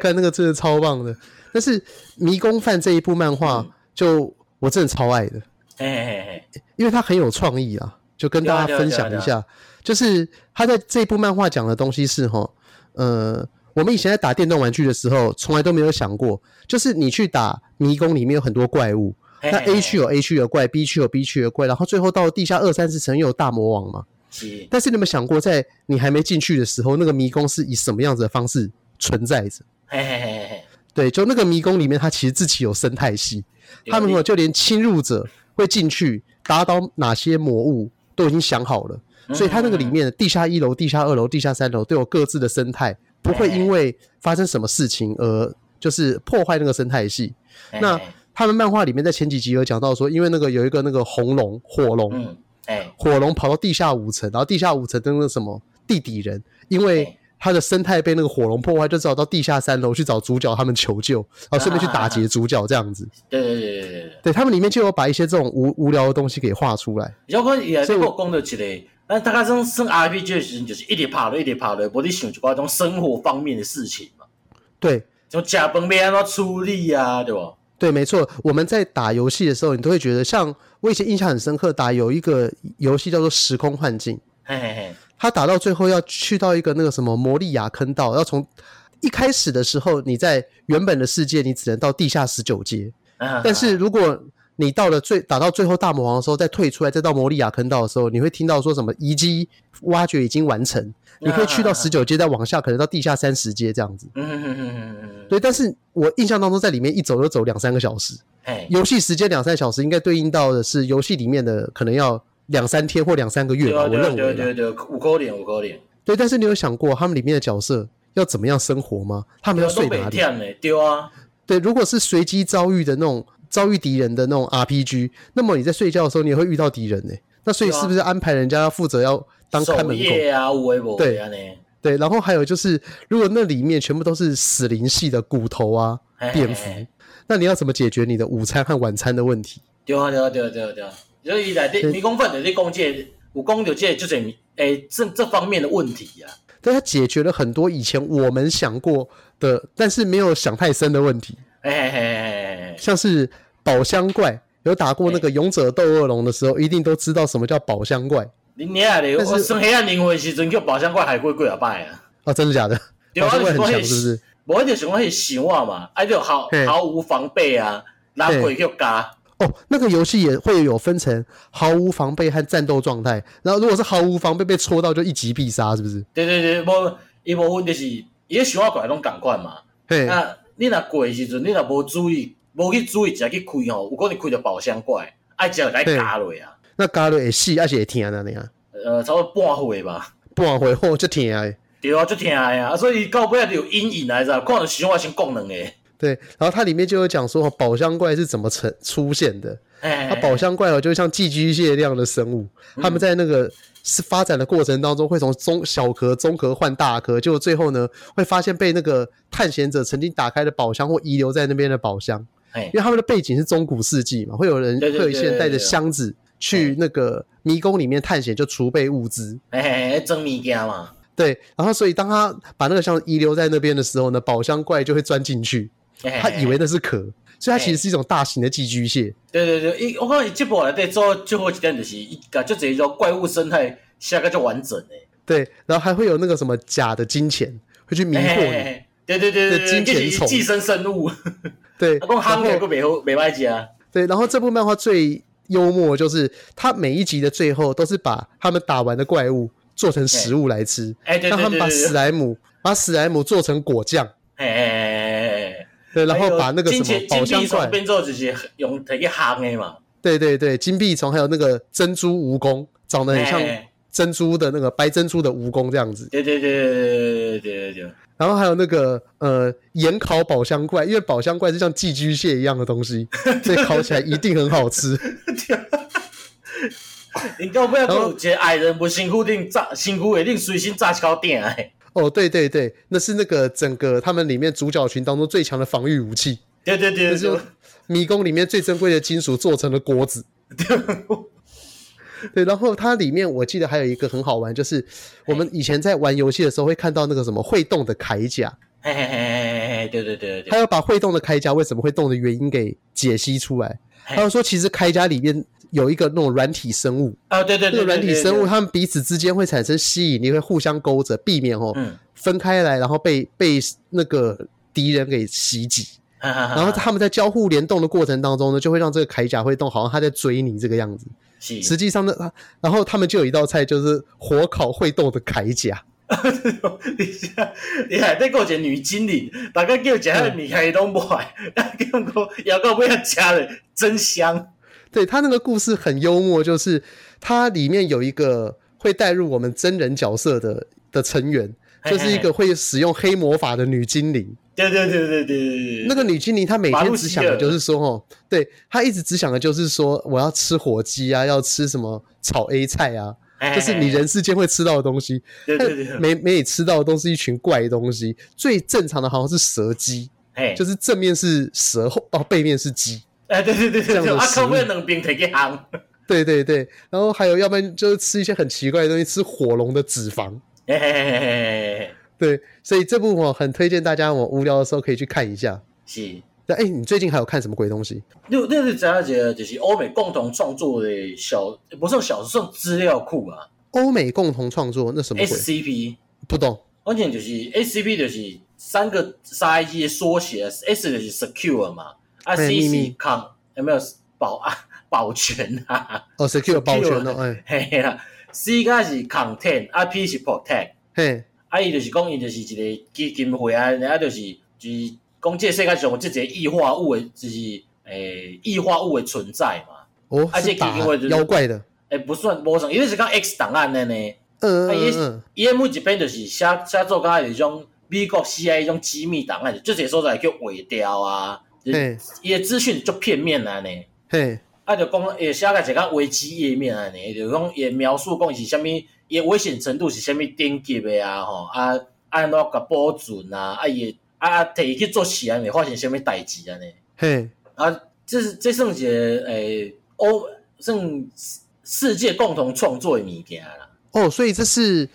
[SPEAKER 2] 看那个真的超棒的。但是《迷宫饭》这一部漫画，就我真的超爱的，
[SPEAKER 1] 嘿嘿嘿嘿，
[SPEAKER 2] 因为它很有创意啊。就跟
[SPEAKER 1] 对
[SPEAKER 2] 大家
[SPEAKER 1] 啊对啊
[SPEAKER 2] 分享
[SPEAKER 1] 对
[SPEAKER 2] 一
[SPEAKER 1] 啊
[SPEAKER 2] 下，就是他在这部漫画讲的东西是哈，呃，我们以前在打电动玩具的时候，从来都没有想过，就是你去打迷宫里面有很多怪物，
[SPEAKER 1] 嘿
[SPEAKER 2] 那
[SPEAKER 1] 嘿
[SPEAKER 2] A 哦区有 A 区的怪，B 区有 B 区的怪，然后最后到地下二三十层又有大魔王嘛。
[SPEAKER 1] 是，
[SPEAKER 2] 但是你有没有想过，在你还没进去的时候，那个迷宫是以什么样子的方式存在着？
[SPEAKER 1] 嘿嘿嘿嘿
[SPEAKER 2] 对，就那个迷宫里面，它其实自己有生态系，
[SPEAKER 1] 嘿，
[SPEAKER 2] 他们有就连侵入者会进去打倒哪些魔物都已经想好了，
[SPEAKER 1] 嗯
[SPEAKER 2] 所以它那个里面的地下一楼、地下二楼、地下三楼都有各自的生态，不会因为发生什么事情而就是破坏那个生态系。
[SPEAKER 1] 嘿嘿
[SPEAKER 2] 那
[SPEAKER 1] 嘿
[SPEAKER 2] 他们漫画里面在前几集有讲到说，因为那个有一个那个红龙火龙，
[SPEAKER 1] 嗯，哎，
[SPEAKER 2] 火龙跑到地下五层，然后地下五层的那个什么地底人，因为
[SPEAKER 1] 对
[SPEAKER 2] 他的生态被那个火龙破坏，就只好到地下三楼去找主角他们求救，然后顺便
[SPEAKER 1] 啊
[SPEAKER 2] 去打劫主角这样子。
[SPEAKER 1] 对对对对对对，
[SPEAKER 2] 对他们里面就有把一些这种无无聊的东西给画出来。
[SPEAKER 1] 有可能也
[SPEAKER 2] 所
[SPEAKER 1] 是
[SPEAKER 2] 以
[SPEAKER 1] 我讲到一个，咱大家算算 RPG 的时阵，就是一直拍落，一直拍落，无你想一寡种生活方面的事情嘛，
[SPEAKER 2] 对
[SPEAKER 1] 像食饭要安怎处理啊，对无？
[SPEAKER 2] 对，没错，我们在打游戏的时候，你都会觉得像我以前印象很深刻，打有一个游戏叫做《时空幻境》，
[SPEAKER 1] 嘿嘿嘿，
[SPEAKER 2] 他打到最后要去到一个那个什么魔力亚坑道，要从一开始的时候你在原本的世界你只能到地下十九阶，
[SPEAKER 1] 啊
[SPEAKER 2] 但是如果你到了最打到最后大魔王的时候，再退出来，再到魔力亚坑道的时候，你会听到说什么遗迹挖掘已经完成，你可以去到十九阶，再往下可能到地下三十阶这样子。
[SPEAKER 1] 嗯嗯嗯嗯嗯嗯，
[SPEAKER 2] 对，但是我印象当中，在里面一走就走两三个小时，
[SPEAKER 1] 嘿，
[SPEAKER 2] 游戏时间两三小时，应该对应到的是游戏里面的可能要两三天或两三个月
[SPEAKER 1] 对
[SPEAKER 2] 吧，
[SPEAKER 1] 啊
[SPEAKER 2] 我
[SPEAKER 1] 对啊
[SPEAKER 2] 认
[SPEAKER 1] 对
[SPEAKER 2] 为
[SPEAKER 1] 啊对
[SPEAKER 2] 啦。
[SPEAKER 1] 啊对啊，有可能有可能，
[SPEAKER 2] 对，但是你有想过他们里面的角色要怎么样生活吗？他们要睡
[SPEAKER 1] 啊都
[SPEAKER 2] 哪
[SPEAKER 1] 袂
[SPEAKER 2] 里？
[SPEAKER 1] 忝的，对啊，
[SPEAKER 2] 对，如果是随机遭遇的那种遭遇敌人的那种 RPG，那么你在睡觉的时候你也会遇到敌人呢、那所以
[SPEAKER 1] 对啊
[SPEAKER 2] 是不是安排人家要负责要当看
[SPEAKER 1] 守
[SPEAKER 2] 门狗？
[SPEAKER 1] 夜啊，有诶无
[SPEAKER 2] 对
[SPEAKER 1] 诶安尼，
[SPEAKER 2] 对，然后还有就是，如果那里面全部都是死灵系的骨头啊、
[SPEAKER 1] 嘿
[SPEAKER 2] 蝙蝠
[SPEAKER 1] 嘿嘿，
[SPEAKER 2] 那你要怎么解决你的午餐和晚餐的问题？
[SPEAKER 1] 对啊对啊对啊对啊对啊，所以伊内底
[SPEAKER 2] 对
[SPEAKER 1] 迷宫粉就是咧讲这个有讲到这个就是诶这这方面的问题啊，
[SPEAKER 2] 但它解决了很多以前我们想过的，但是没有想太深的问题，
[SPEAKER 1] 嘿嘿嘿嘿嘿，
[SPEAKER 2] 像是宝箱怪，有打过那个勇者斗恶龙的时候，一定都知道什么叫宝箱怪
[SPEAKER 1] 恁娘嘞！
[SPEAKER 2] 但是
[SPEAKER 1] 我生黑暗灵魂的时阵，叫宝箱怪海过几啊摆啊！
[SPEAKER 2] 啊，真的假的？
[SPEAKER 1] 对
[SPEAKER 2] 宝
[SPEAKER 1] 啊，
[SPEAKER 2] 箱怪
[SPEAKER 1] 就是
[SPEAKER 2] 很
[SPEAKER 1] 讲
[SPEAKER 2] 强，
[SPEAKER 1] 那
[SPEAKER 2] 是不是？
[SPEAKER 1] 无一定想讲迄想啊嘛，啊就毫
[SPEAKER 2] 嘿
[SPEAKER 1] 毫无防备啊，拉过去加，
[SPEAKER 2] 哦，那个游戏也会有分成毫无防备和战斗状态。然后如果是毫无防备被戳到，就一击必杀，是不是？
[SPEAKER 1] 对对对，无伊无分就是伊迄想啊怪拢共款嘛。
[SPEAKER 2] 嘿，
[SPEAKER 1] 啊，你若过的时阵，你若无注意，无去注意直接去开吼，有可能开着宝箱怪，啊直接来加落啊，
[SPEAKER 2] 那嘎瑞也细，而且也甜啊，那样
[SPEAKER 1] 呃，差不多半岁吧。
[SPEAKER 2] 半回后就甜啊。
[SPEAKER 1] 对啊，就听的啊，所以到尾就有阴影来啊着，看着想我先讲两个。
[SPEAKER 2] 对，然后它里面就有讲说哦宝箱怪是怎么成出现的。
[SPEAKER 1] 哎，
[SPEAKER 2] 它宝箱怪哦，就像寄居蟹那样的生物，它们在那个是发展的过程当中，会从中小壳、中壳换大壳，结果最后呢，会发现被那个探险者曾经打开的宝箱或遗留在那边的宝箱，
[SPEAKER 1] 哎
[SPEAKER 2] 因为他们的背景是中古世纪嘛，会有人
[SPEAKER 1] 对对对
[SPEAKER 2] 会有一些人带着箱子去
[SPEAKER 1] 嗯
[SPEAKER 2] 那个迷宫里面探险，就储备物资。
[SPEAKER 1] 哎哎，装物件嘛，
[SPEAKER 2] 对，然后所以当他把那个箱子遗留在那边的时候呢，宝箱怪就会钻进去，
[SPEAKER 1] 嘿
[SPEAKER 2] 他以为那是壳，所以它其
[SPEAKER 1] 嗯
[SPEAKER 2] 实是一种大型的寄居蟹。
[SPEAKER 1] 对对对，伊我看伊这部内底做最好一点就是，伊甲即这种怪物生态写个就完整诶。
[SPEAKER 2] 对，然后还会有那个什么假的金钱，会去迷惑你。
[SPEAKER 1] 嘿嘿嘿对对对对，
[SPEAKER 2] 这金
[SPEAKER 1] 这
[SPEAKER 2] 钱
[SPEAKER 1] 是
[SPEAKER 2] 虫
[SPEAKER 1] 寄生生物，啊，
[SPEAKER 2] 对，
[SPEAKER 1] 讲
[SPEAKER 2] 然
[SPEAKER 1] 憨个
[SPEAKER 2] 后
[SPEAKER 1] 佫袂好袂歹食。啊
[SPEAKER 2] 对，然后这部漫画最幽默的就是，它每一集的最后都是把他们打完的怪物做成食物来吃，
[SPEAKER 1] 哎，对
[SPEAKER 2] 让
[SPEAKER 1] 对
[SPEAKER 2] 他
[SPEAKER 1] 对
[SPEAKER 2] 们
[SPEAKER 1] 对
[SPEAKER 2] 把啊史
[SPEAKER 1] 对，
[SPEAKER 2] 莱姆把史莱姆做成果酱，
[SPEAKER 1] 哎哎哎哎哎，
[SPEAKER 2] 对，然
[SPEAKER 1] 还
[SPEAKER 2] 后
[SPEAKER 1] 有
[SPEAKER 2] 把那个
[SPEAKER 1] 金
[SPEAKER 2] 什么
[SPEAKER 1] 钱
[SPEAKER 2] 宝
[SPEAKER 1] 金
[SPEAKER 2] 箱
[SPEAKER 1] 币
[SPEAKER 2] 怪
[SPEAKER 1] 虫，变做就是用摕去烘诶嘛，
[SPEAKER 2] 对对对，金币虫还有那个珍珠蜈蚣，长得很像
[SPEAKER 1] 哎哎哎
[SPEAKER 2] 珍珠的那个白珍珠的蜈蚣这样子，
[SPEAKER 1] 对对对对对对对对对。
[SPEAKER 2] 然后还有那个呃盐烤宝箱怪，因为宝箱怪是像寄居蟹一样的东西，所以烤起来一定很好吃。
[SPEAKER 1] 你到尾还有一个矮人，无身躯顶炸，身躯下顶随身炸一口啊鼎诶。
[SPEAKER 2] 哦，对对对，那是那个整个他们里面主角群当中最强的防御武器，
[SPEAKER 1] 对对对
[SPEAKER 2] 那
[SPEAKER 1] 对
[SPEAKER 2] 是用迷宫里面最珍贵的金属做成的锅子。对，然后它里面我记得还有一个很好玩，就是我们以前在玩游戏的时候会看到那个什么会动的铠甲，
[SPEAKER 1] 嘿嘿嘿嘿嘿嘿，对对对对
[SPEAKER 2] 他
[SPEAKER 1] 对，
[SPEAKER 2] 要把会动的铠甲为什么会动的原因给解析出来。
[SPEAKER 1] 嘿
[SPEAKER 2] 他要说，其实铠甲里面有一个那种软体生物，
[SPEAKER 1] 啊对对
[SPEAKER 2] 那
[SPEAKER 1] 对，
[SPEAKER 2] 个软体生物
[SPEAKER 1] 对，
[SPEAKER 2] 它们彼此之间会产生吸引力，会互相勾着，避免哦
[SPEAKER 1] 对对嗯，
[SPEAKER 2] 分开来，然后被被那个敌人给袭击。
[SPEAKER 1] 然
[SPEAKER 2] 然后他们在交互联动的过程当中呢，就会让这个铠甲会动，好像他在追你这个样子。
[SPEAKER 1] 是
[SPEAKER 2] 实际上呢，啊然后他们就有一道菜就是火烤会动的铠甲。
[SPEAKER 1] 你下你还再有一个女精灵，大概叫食遐物件伊拢无爱，叫我也到尾要食咧，真香。
[SPEAKER 2] 对他那个故事很幽默，就是它里面有一个会带入我们真人角色的的成员，
[SPEAKER 1] 嘿
[SPEAKER 2] 就是一
[SPEAKER 1] 嘿
[SPEAKER 2] 个会使用黑魔法的女精灵。
[SPEAKER 1] 对对对对对对对，
[SPEAKER 2] 那个女精灵她每天只想
[SPEAKER 1] 马
[SPEAKER 2] 的
[SPEAKER 1] 路希尔
[SPEAKER 2] 就是说，哦，对她一直只想的就是说，我要吃火鸡啊，要吃什么炒 A 菜啊，
[SPEAKER 1] 嘿
[SPEAKER 2] 就是你人，世间会吃到的东西。
[SPEAKER 1] 嘿嘿哎对对
[SPEAKER 2] 但
[SPEAKER 1] 对，
[SPEAKER 2] 每每吃到的都是一群怪东西，最正常的好像是蛇鸡，
[SPEAKER 1] 嘿
[SPEAKER 2] 就是正面是蛇，后哦背面是鸡。
[SPEAKER 1] 哎对对对
[SPEAKER 2] 这
[SPEAKER 1] 对
[SPEAKER 2] 样的
[SPEAKER 1] 对，啊
[SPEAKER 2] 食物
[SPEAKER 1] 到尾两边摕去烘，
[SPEAKER 2] 对对对，然后还有要不然就是吃一些很奇怪的东西，吃火龙的脂肪。
[SPEAKER 1] 嘿嘿嘿嘿嘿嘿，嘿
[SPEAKER 2] 对，所以这部我很推荐大家，我无聊的时候可以去看一下。
[SPEAKER 1] 是。
[SPEAKER 2] 那哎，你最近还有看什么鬼东西？
[SPEAKER 1] 你有你是知影一个，就是欧美共同创作的小，不算小，算资料库啊
[SPEAKER 2] 欧美共同创作那什么鬼？
[SPEAKER 1] ，SCP。
[SPEAKER 2] 不懂。
[SPEAKER 1] 反正就是 SCP 就是三个三 G 的缩写，S 就是 secure 嘛，啊
[SPEAKER 2] 哎
[SPEAKER 1] C
[SPEAKER 2] 秘
[SPEAKER 1] 是
[SPEAKER 2] 密
[SPEAKER 1] con 有没有保啊 保全啊，
[SPEAKER 2] 哦，secure 保全哦，哎
[SPEAKER 1] 嘿啦，C 甲是 content，啊 P 是 protect，
[SPEAKER 2] 嘿，
[SPEAKER 1] 啊伊就是讲伊就是一个基金会啊，然后就是就是讲这世界上有这个异化物的，就是诶异化物的存在嘛。
[SPEAKER 2] 哦，
[SPEAKER 1] 而且
[SPEAKER 2] 是打
[SPEAKER 1] 基金会就是
[SPEAKER 2] 妖怪的，
[SPEAKER 1] 诶、不算无算，伊就是讲 X 档案的呢。
[SPEAKER 2] 嗯
[SPEAKER 1] 啊，伊
[SPEAKER 2] 嗯嗯，
[SPEAKER 1] 伊的每一篇就是写写做甲迄种美国 CIA 迄种机密档案，就这个所在叫伪掉啊，就是
[SPEAKER 2] 嗯嘿
[SPEAKER 1] 伊的资讯就片面啊呢。
[SPEAKER 2] 嘿，
[SPEAKER 1] 啊，就讲会写个一个危机页面安尼，就讲也描述讲是啥物，伊危险程度是啥物等级的啊，吼啊，啊安怎甲保存啊，啊伊啊啊摕伊去做实验会发生啥物代志安尼，
[SPEAKER 2] 嘿，
[SPEAKER 1] 啊，这是这算一个诶欧、算世世界共同创作的物件啦。
[SPEAKER 2] 哦，所以这是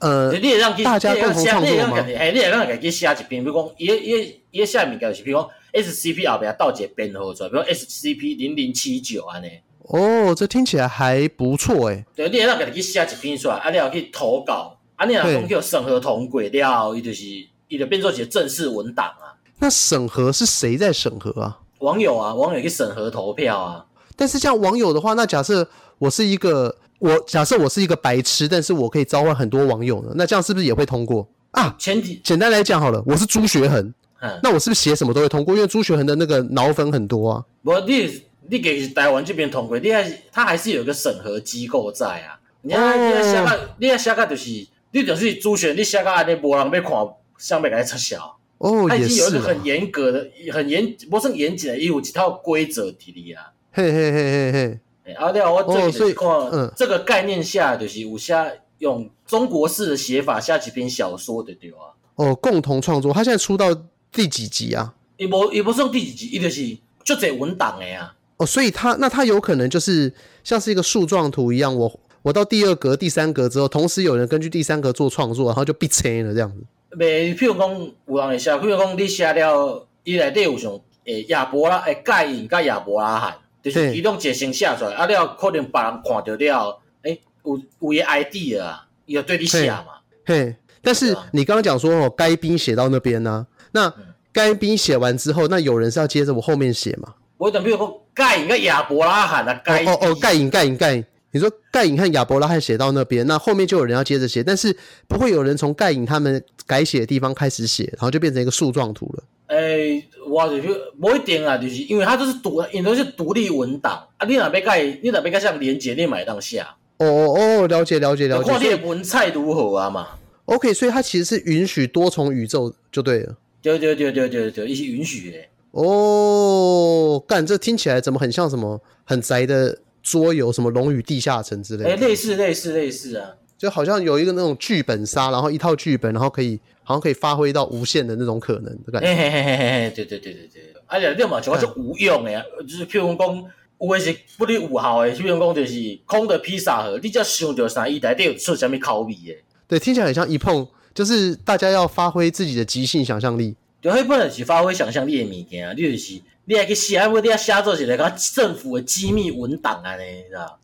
[SPEAKER 2] 呃
[SPEAKER 1] 你，也让
[SPEAKER 2] 大家共同创作吗
[SPEAKER 1] 哎，你也让家己写一篇，比如讲，伊伊伊写物件就是，比如讲， SCP 后边倒一个编号出来，比如 SCP 零零七九安尼。
[SPEAKER 2] 哦，这听起来还不错哎。
[SPEAKER 1] 对，你会当家己去写一篇出来，啊，你后去投稿，啊，你若讲叫审核通过了后，伊就是伊就变做一个正式文档啊。
[SPEAKER 2] 那审核是谁在审核啊？
[SPEAKER 1] 网友啊，网友去审核投票啊，
[SPEAKER 2] 但是像网友的话，那假设我是一个我假设我是一个白痴，但是我可以召唤很多网友呢，那这样是不是也会通过啊？
[SPEAKER 1] 前提，
[SPEAKER 2] 简单来讲好了，我是朱学恒，
[SPEAKER 1] 嗯，
[SPEAKER 2] 那我是不是写什么都会通过？因为朱学恒的那个脑粉很多啊。
[SPEAKER 1] 无你你给是台湾这边通过，你还是他还是有一个审核机构在啊。你啊，
[SPEAKER 2] 哦
[SPEAKER 1] 你啊写到，你啊写到就是，你就是朱选，你写到安尼无人要看，想要甲你撤销。
[SPEAKER 2] 哦，
[SPEAKER 1] 他已
[SPEAKER 2] 也
[SPEAKER 1] 经有一
[SPEAKER 2] 是
[SPEAKER 1] 个
[SPEAKER 2] 啊，
[SPEAKER 1] 很严格的、很严，不算严谨的，伊有一套规则伫里啊。
[SPEAKER 2] 嘿嘿嘿嘿嘿，
[SPEAKER 1] 欸啊，了，我最
[SPEAKER 2] 哦
[SPEAKER 1] 近
[SPEAKER 2] 所以
[SPEAKER 1] 就是看、
[SPEAKER 2] 嗯
[SPEAKER 1] 这个概念下，就是有写用中国式的写法写一篇小说的对啊。
[SPEAKER 2] 哦，共同创作，他现在出到第几集啊？
[SPEAKER 1] 伊无伊无算第几集，伊就是足侪文档的啊。
[SPEAKER 2] 哦，所以他那他有可能就是像是一个树状图一样，我我到第二格、第三格之后，同时有人根据第三格做创作，然后就必切了这样子。
[SPEAKER 1] 袂，譬如讲有人会写，譬如讲你写了，伊内底有像诶亚伯拉诶盖因甲亚伯拉罕，就是
[SPEAKER 2] 对
[SPEAKER 1] 其中一个先写出来，啊了可能别人看着了，诶、有有伊 ID 啊，伊就对你写嘛。
[SPEAKER 2] 嘿，但是
[SPEAKER 1] 对啊嗯
[SPEAKER 2] 你刚刚讲说哦，该兵写到那边呢、那该兵写完之后，那有人是要接着我后面写嘛？
[SPEAKER 1] 我等譬如讲盖因甲亚伯拉罕啊，
[SPEAKER 2] 哦
[SPEAKER 1] 盖
[SPEAKER 2] 哦哦，
[SPEAKER 1] 因
[SPEAKER 2] 盖影盖影盖影，你说盖影和亚伯拉罕写到那边，那后面就有人要接着写，但是不会有人从盖影他们改写的地方开始写，然后就变成一个树状图了。
[SPEAKER 1] 诶、我就是无一定啊，就是因为它就是独，因为都是独立文档啊。你若要甲伊，你若要甲像连接，你买当下，
[SPEAKER 2] 哦哦哦，了解了解了
[SPEAKER 1] 就
[SPEAKER 2] 解。
[SPEAKER 1] 看
[SPEAKER 2] 所
[SPEAKER 1] 你
[SPEAKER 2] 以
[SPEAKER 1] 的文采如何啊嘛。
[SPEAKER 2] OK，所以它其实是允许多重宇宙就对了。
[SPEAKER 1] 对对对对对对，伊是允许的。
[SPEAKER 2] 哦，干，这听起来怎么很像什么很宅的桌游，什么《龙与地下城》之类
[SPEAKER 1] 诶、
[SPEAKER 2] 的，
[SPEAKER 1] 类似类似类似啊。
[SPEAKER 2] 就好像有一个那种剧本杀，然后一套剧本，然后可以好像可以发挥到无限的那种可能的感觉。
[SPEAKER 1] 嘿嘿嘿嘿嘿，对对对对对。啊，且你嘛，像我就无用的啊，就是譬如讲，有的是不哩有效的，譬如讲就是空的披萨盒，你只要想着啥，伊内底有出啥物口味的。
[SPEAKER 2] 对，听起来很像一碰，就是大家要发挥自己的即兴想象力。
[SPEAKER 1] 就迄本就是发挥想象力的物件啊，你就是你还去写，啊，你要写做一个甲政府的机密文档安尼，你知道？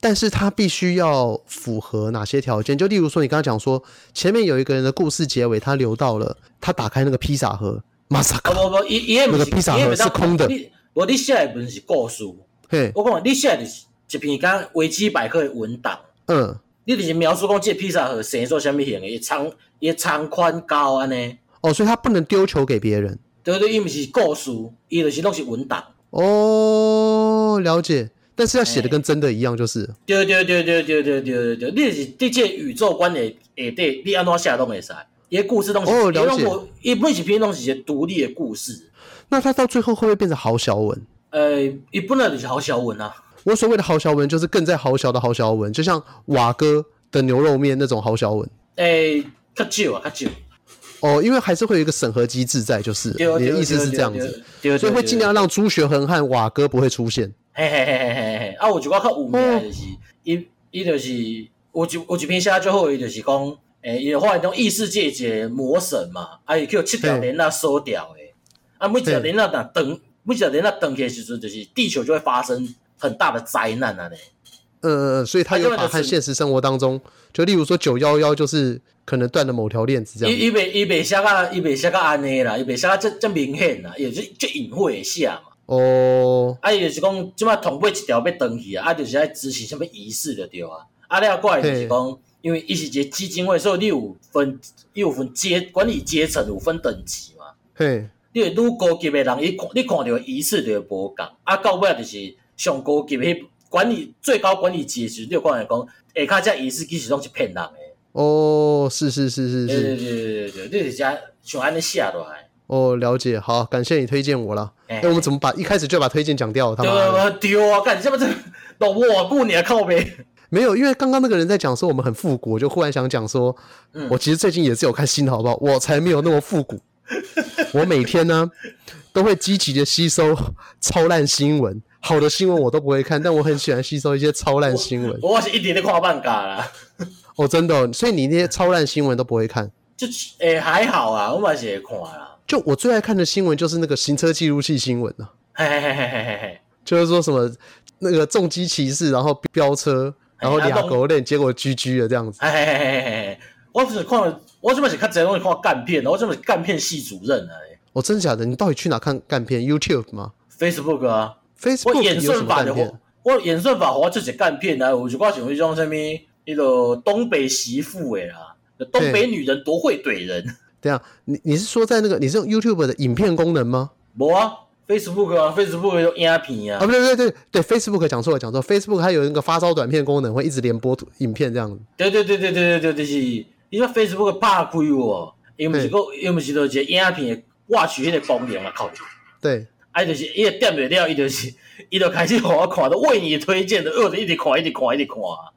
[SPEAKER 2] 但是它必须要符合哪些条件？就例如说，你刚刚讲说前面有一个人的故事结尾，他留到了他打开那个披萨盒，马萨
[SPEAKER 1] 啊
[SPEAKER 2] 卡，
[SPEAKER 1] 无无，伊伊迄毋
[SPEAKER 2] 那
[SPEAKER 1] 是
[SPEAKER 2] 个披萨盒
[SPEAKER 1] 伊迄不当
[SPEAKER 2] 是空的
[SPEAKER 1] 你无你写的本是故事，
[SPEAKER 2] 嘿，
[SPEAKER 1] 我讲你写的就是一篇甲维基百科的文档，
[SPEAKER 2] 嗯，
[SPEAKER 1] 你就是描述讲这个披萨盒生做啥物型的，伊长伊长宽高安尼，
[SPEAKER 2] 哦，所以他不能丢球给别人。
[SPEAKER 1] 对对，伊毋是故事，伊就是拢是文档。
[SPEAKER 2] 哦，了解。但是要写的跟真的一样，就是、
[SPEAKER 1] 对对对对对对对对对，你是对这个宇宙观的下底，你安怎写拢会使。伊故事拢是，
[SPEAKER 2] 哦了解
[SPEAKER 1] 伊拢无伊每一篇拢是一个独立的故事。
[SPEAKER 2] 那他到最后会不会变成豪小文？
[SPEAKER 1] 呃，伊本来就是好小文啊，
[SPEAKER 2] 我所谓的豪小文，就是更在豪小的豪小文，就像瓦哥的牛肉面那种豪小文。
[SPEAKER 1] 诶、较少啊，较少。
[SPEAKER 2] 哦，因为还是会有一个审核机制在，就是
[SPEAKER 1] 对对
[SPEAKER 2] 你的
[SPEAKER 1] 对
[SPEAKER 2] 意思是
[SPEAKER 1] 对
[SPEAKER 2] 这样
[SPEAKER 1] 对
[SPEAKER 2] 子，
[SPEAKER 1] 对对
[SPEAKER 2] 所以会
[SPEAKER 1] 对
[SPEAKER 2] 尽量让朱学恒和瓦哥不会出现。
[SPEAKER 1] 嘿嘿嘿嘿嘿嘿，啊，有一个较有名的
[SPEAKER 2] 哦
[SPEAKER 1] 就是，伊伊就是有一有一篇写最好，伊就是讲，诶、伊就发现讲异世界一个魔神嘛，啊，伊叫七条链仔锁掉的，啊，每一条链仔若断，每一条链仔断起来的时阵，就是地球就会发生很大的灾难啊咧。
[SPEAKER 2] 呃，所以他
[SPEAKER 1] 啊
[SPEAKER 2] 有
[SPEAKER 1] 根本
[SPEAKER 2] 把
[SPEAKER 1] 就
[SPEAKER 2] 和
[SPEAKER 1] 是
[SPEAKER 2] 现实生活当中，就例如说九幺幺，就是可能断了某条链子这样子。
[SPEAKER 1] 伊伊袂伊袂写到伊袂写到安尼啦，伊袂写到遮遮明显啦，伊就是遮隐晦的写嘛。
[SPEAKER 2] 哦，
[SPEAKER 1] 啊，伊就是讲，即摆通过一条要断去啊，啊，就是爱执行什物仪式就对啊。啊，了过来就是讲，因为伊是一个基金会，所以你有分，伊有分阶管理阶层有分等级嘛。
[SPEAKER 2] 嘿，
[SPEAKER 1] 你会愈高级的人，伊看你看到的仪式就会无共。啊，到尾就是上高级的迄管理最高管理阶级，你有看来讲，下骹遮仪式其实拢是骗人的。
[SPEAKER 2] 哦，是是是是
[SPEAKER 1] 对对
[SPEAKER 2] 是，
[SPEAKER 1] 对对对对，你是遮像安尼写落来。
[SPEAKER 2] 哦，了解，好，感谢你推荐我了。
[SPEAKER 1] 哎
[SPEAKER 2] 哎、我们怎么把一开始就把推荐讲掉了？他
[SPEAKER 1] 对
[SPEAKER 2] 妈
[SPEAKER 1] 啊
[SPEAKER 2] 的，
[SPEAKER 1] 我丢啊！干，你这不是老我过年靠呗？
[SPEAKER 2] 没有，因为刚刚那个人在讲说我们很复古，我就忽然想讲说，
[SPEAKER 1] 嗯
[SPEAKER 2] 我其实最近也是有看新的，好不好？我才没有那么复 古。我每天呢都会积极的吸收超烂新闻，好的新闻我都不会看，但我很喜欢吸收一些超烂新闻。
[SPEAKER 1] 我是一直咧看漫画啦，
[SPEAKER 2] 哦，真的哦、所以你那些超烂新闻都不会看。
[SPEAKER 1] 就诶、欸、还好啊，我嘛是会看啦。
[SPEAKER 2] 就我最爱看的新闻就是那个行车记录器新闻啊，
[SPEAKER 1] 嘿嘿嘿嘿嘿嘿嘿，
[SPEAKER 2] 就是说什么那个重机骑士，然后飙车，然后
[SPEAKER 1] 哎啊
[SPEAKER 2] 俩
[SPEAKER 1] 弄
[SPEAKER 2] 狗链，结果 GG 了这样子。
[SPEAKER 1] 嘿嘿嘿嘿嘿嘿，我只看了，我这么是看这东西看干片，我这么是干片系主任啊欸
[SPEAKER 2] 我、哦真的假的？你到底去哪看干片？YouTube 吗
[SPEAKER 1] ，Facebook 啊，我
[SPEAKER 2] ？Facebook
[SPEAKER 1] 演
[SPEAKER 2] 有什
[SPEAKER 1] 算
[SPEAKER 2] 么
[SPEAKER 1] 法
[SPEAKER 2] 干
[SPEAKER 1] 的
[SPEAKER 2] 片
[SPEAKER 1] 话？，我演算法我就是干片啊，有一寡像迄种什么，迄个东北媳妇的啦，就东北女人多会怼人，
[SPEAKER 2] 等一下，你你是说在那个你是用 YouTube 的影片功能吗？
[SPEAKER 1] 无啊，Facebook 啊，Facebook 有影片
[SPEAKER 2] 啊，
[SPEAKER 1] 啊，
[SPEAKER 2] 不对不对对对，Facebook 讲错了讲错了，Facebook 它有一个发烧短片功能，会一直连播图影片这样子。
[SPEAKER 1] 对对对对对对对，就是伊把 Facebook 拍开哦，伊毋是个，伊毋是就是一个影片的watch 迄个功能啊，靠！
[SPEAKER 2] 对，
[SPEAKER 1] 啊，伊就是伊也点袂了，伊就是伊就开始互我看，就为你推荐的，我就一直看，一直看，一直看。啊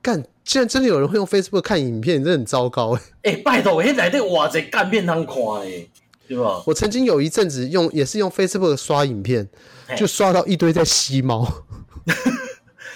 [SPEAKER 2] 干，竟然真的有人会用 Facebook 看影片，真的很糟糕哎、
[SPEAKER 1] 诶、欸拜托，迄内底偌济干片通看诶，对无？
[SPEAKER 2] 我曾经有一阵子用也是用 Facebook 刷影片，
[SPEAKER 1] 嘿
[SPEAKER 2] 就刷到一堆在吸猫。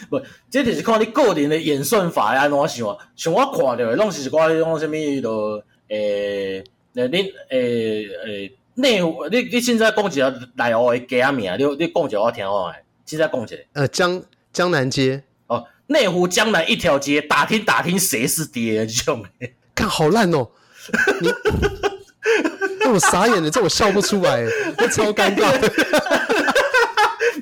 [SPEAKER 1] 不，这就是看你个人的演算法安怎想啊。像我看到的，拢是一寡迄种什物迄落诶，呃那恁诶诶内湖，你你凊彩讲一个内湖的街仔名，你你讲一个我听看诶，凊彩讲一个
[SPEAKER 2] 呃，江江南街，
[SPEAKER 1] 哦。内湖江南一条街，打听打听谁是敌人，这种的。
[SPEAKER 2] 看好烂哦、你，那我傻眼了，这我笑不出来、欸，这超尴 尬的。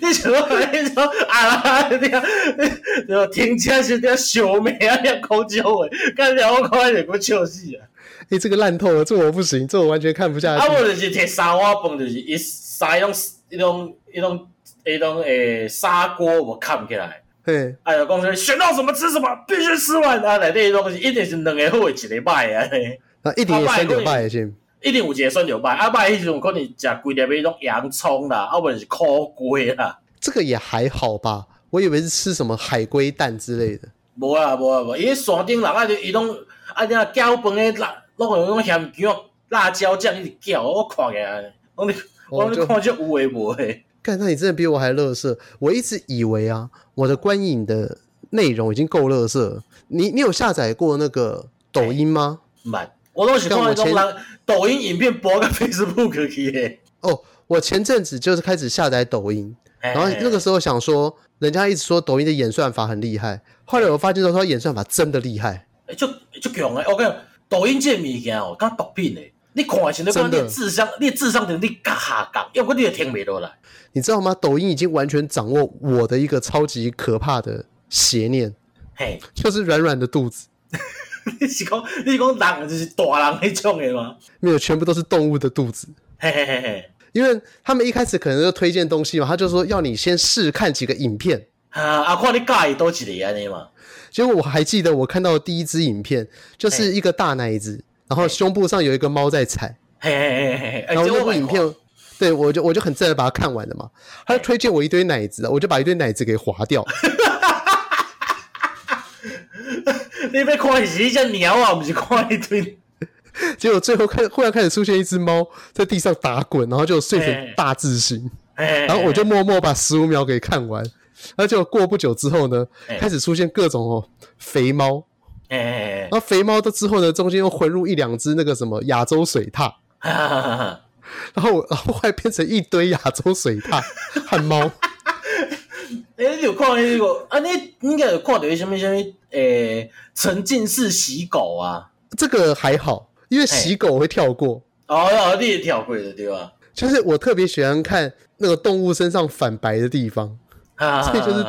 [SPEAKER 1] 你想说，你想说啊，你啊，你就停车是点小妹啊，你讲这话，干了我看就个笑死啊！
[SPEAKER 2] 哎、这个烂透了，这我不行，这我完全看不下
[SPEAKER 1] 啊，
[SPEAKER 2] 去。
[SPEAKER 1] 我就是摕砂锅饭，就是伊砂迄种迄种迄种迄种诶砂锅，我砍起来。
[SPEAKER 2] 嘿，
[SPEAKER 1] 哎呀，讲说选到什么吃什么，必须吃完啊！内底东西一定是两个好的，一个歹啊！ 嘿
[SPEAKER 2] 那一点也
[SPEAKER 1] 啊
[SPEAKER 2] 三九
[SPEAKER 1] 拜
[SPEAKER 2] 八
[SPEAKER 1] 托
[SPEAKER 2] 也行。
[SPEAKER 1] 一定有一个选着歹，啊歹迄时阵可能食规粒迄种洋葱啦，啊无就是苦瓜啦，
[SPEAKER 2] 这个也还好吧，我以为是吃什么海龟蛋之类的。
[SPEAKER 1] 无啊无啊无，伊山顶人啊就伊拢啊你若搅饭诶辣，拢用迄种咸姜辣椒酱一直搅，我看起来，我咧我
[SPEAKER 2] 哦
[SPEAKER 1] 咧
[SPEAKER 2] 就
[SPEAKER 1] 看这有诶无诶，
[SPEAKER 2] 干，那你真的比我还乐色。我一直以为啊，我的观影的内容已经够乐色了。你你有下载过那个抖音吗？
[SPEAKER 1] 毋捌。我拢是看
[SPEAKER 2] 像我
[SPEAKER 1] 迄种
[SPEAKER 2] 前
[SPEAKER 1] 人抖音影片播到 Facebook 去 诶。
[SPEAKER 2] 哦，我前阵子就是开始下载抖音，
[SPEAKER 1] 然
[SPEAKER 2] 然后那个时候想说，人家一直说抖音的演算法很厉害，后来我发现说它演算法真的厉害。
[SPEAKER 1] 欸，足足强诶！我跟你讲，抖音这物件哦，敢毒品诶！你看的时候，
[SPEAKER 2] 真
[SPEAKER 1] 你
[SPEAKER 2] 的
[SPEAKER 1] 看你智商，你智商等你甲下降，要不你就停袂落来。
[SPEAKER 2] 你知道吗？抖音已经完全掌握我的一个超级可怕的邪念，
[SPEAKER 1] 嘿，
[SPEAKER 2] 就是软软的肚子，
[SPEAKER 1] 你是讲你是讲人就是大人迄种诶吗？
[SPEAKER 2] 没有全部都是动物的肚子。
[SPEAKER 1] 嘿嘿嘿嘿，
[SPEAKER 2] 因为他们一开始可能就推荐东西嘛，他就说要你先试看几个影片。
[SPEAKER 1] 啊，啊，看你介意倒一个安尼嘛？
[SPEAKER 2] 结果我还记得我看到的第一支影片，就是一个大奶子，然后胸部上有一个猫在踩，
[SPEAKER 1] 嘿嘿嘿嘿嘿，欸
[SPEAKER 2] 然后
[SPEAKER 1] 这
[SPEAKER 2] 那部
[SPEAKER 1] 我也
[SPEAKER 2] 影
[SPEAKER 1] 看
[SPEAKER 2] 片，对我就我就很自然地把它看完了嘛。他就推荐我一堆奶子，我就把一堆奶子给划掉。
[SPEAKER 1] 你要看的是一只猫啊，毋是看一堆。
[SPEAKER 2] 结果最后看忽然开始出现一只猫在地上打滚，然后就碎成
[SPEAKER 1] 哎
[SPEAKER 2] 大字形。
[SPEAKER 1] 嘿
[SPEAKER 2] 然后我就默默把十五秒给看完。而且过不久之后呢，
[SPEAKER 1] 哎
[SPEAKER 2] 开始出现各种哦肥猫，
[SPEAKER 1] 嘿嘿嘿
[SPEAKER 2] 然后肥猫的之后呢，中间又混入一两只那个什么亚洲水獭，
[SPEAKER 1] 嘿，哈哈哈哈
[SPEAKER 2] 然后我然后还变成一堆亚洲水獭和猫。
[SPEAKER 1] 欸，你有看迄个？啊，你应该有看到什物什物？诶，沉浸式洗狗啊！
[SPEAKER 2] 这个还好，因为
[SPEAKER 1] 哎
[SPEAKER 2] 洗狗我会跳过。
[SPEAKER 1] 哦，哦你也跳过了对吧？
[SPEAKER 2] 就是我特别喜欢看那个动物身上反白的地方，
[SPEAKER 1] 啊，
[SPEAKER 2] 所以就是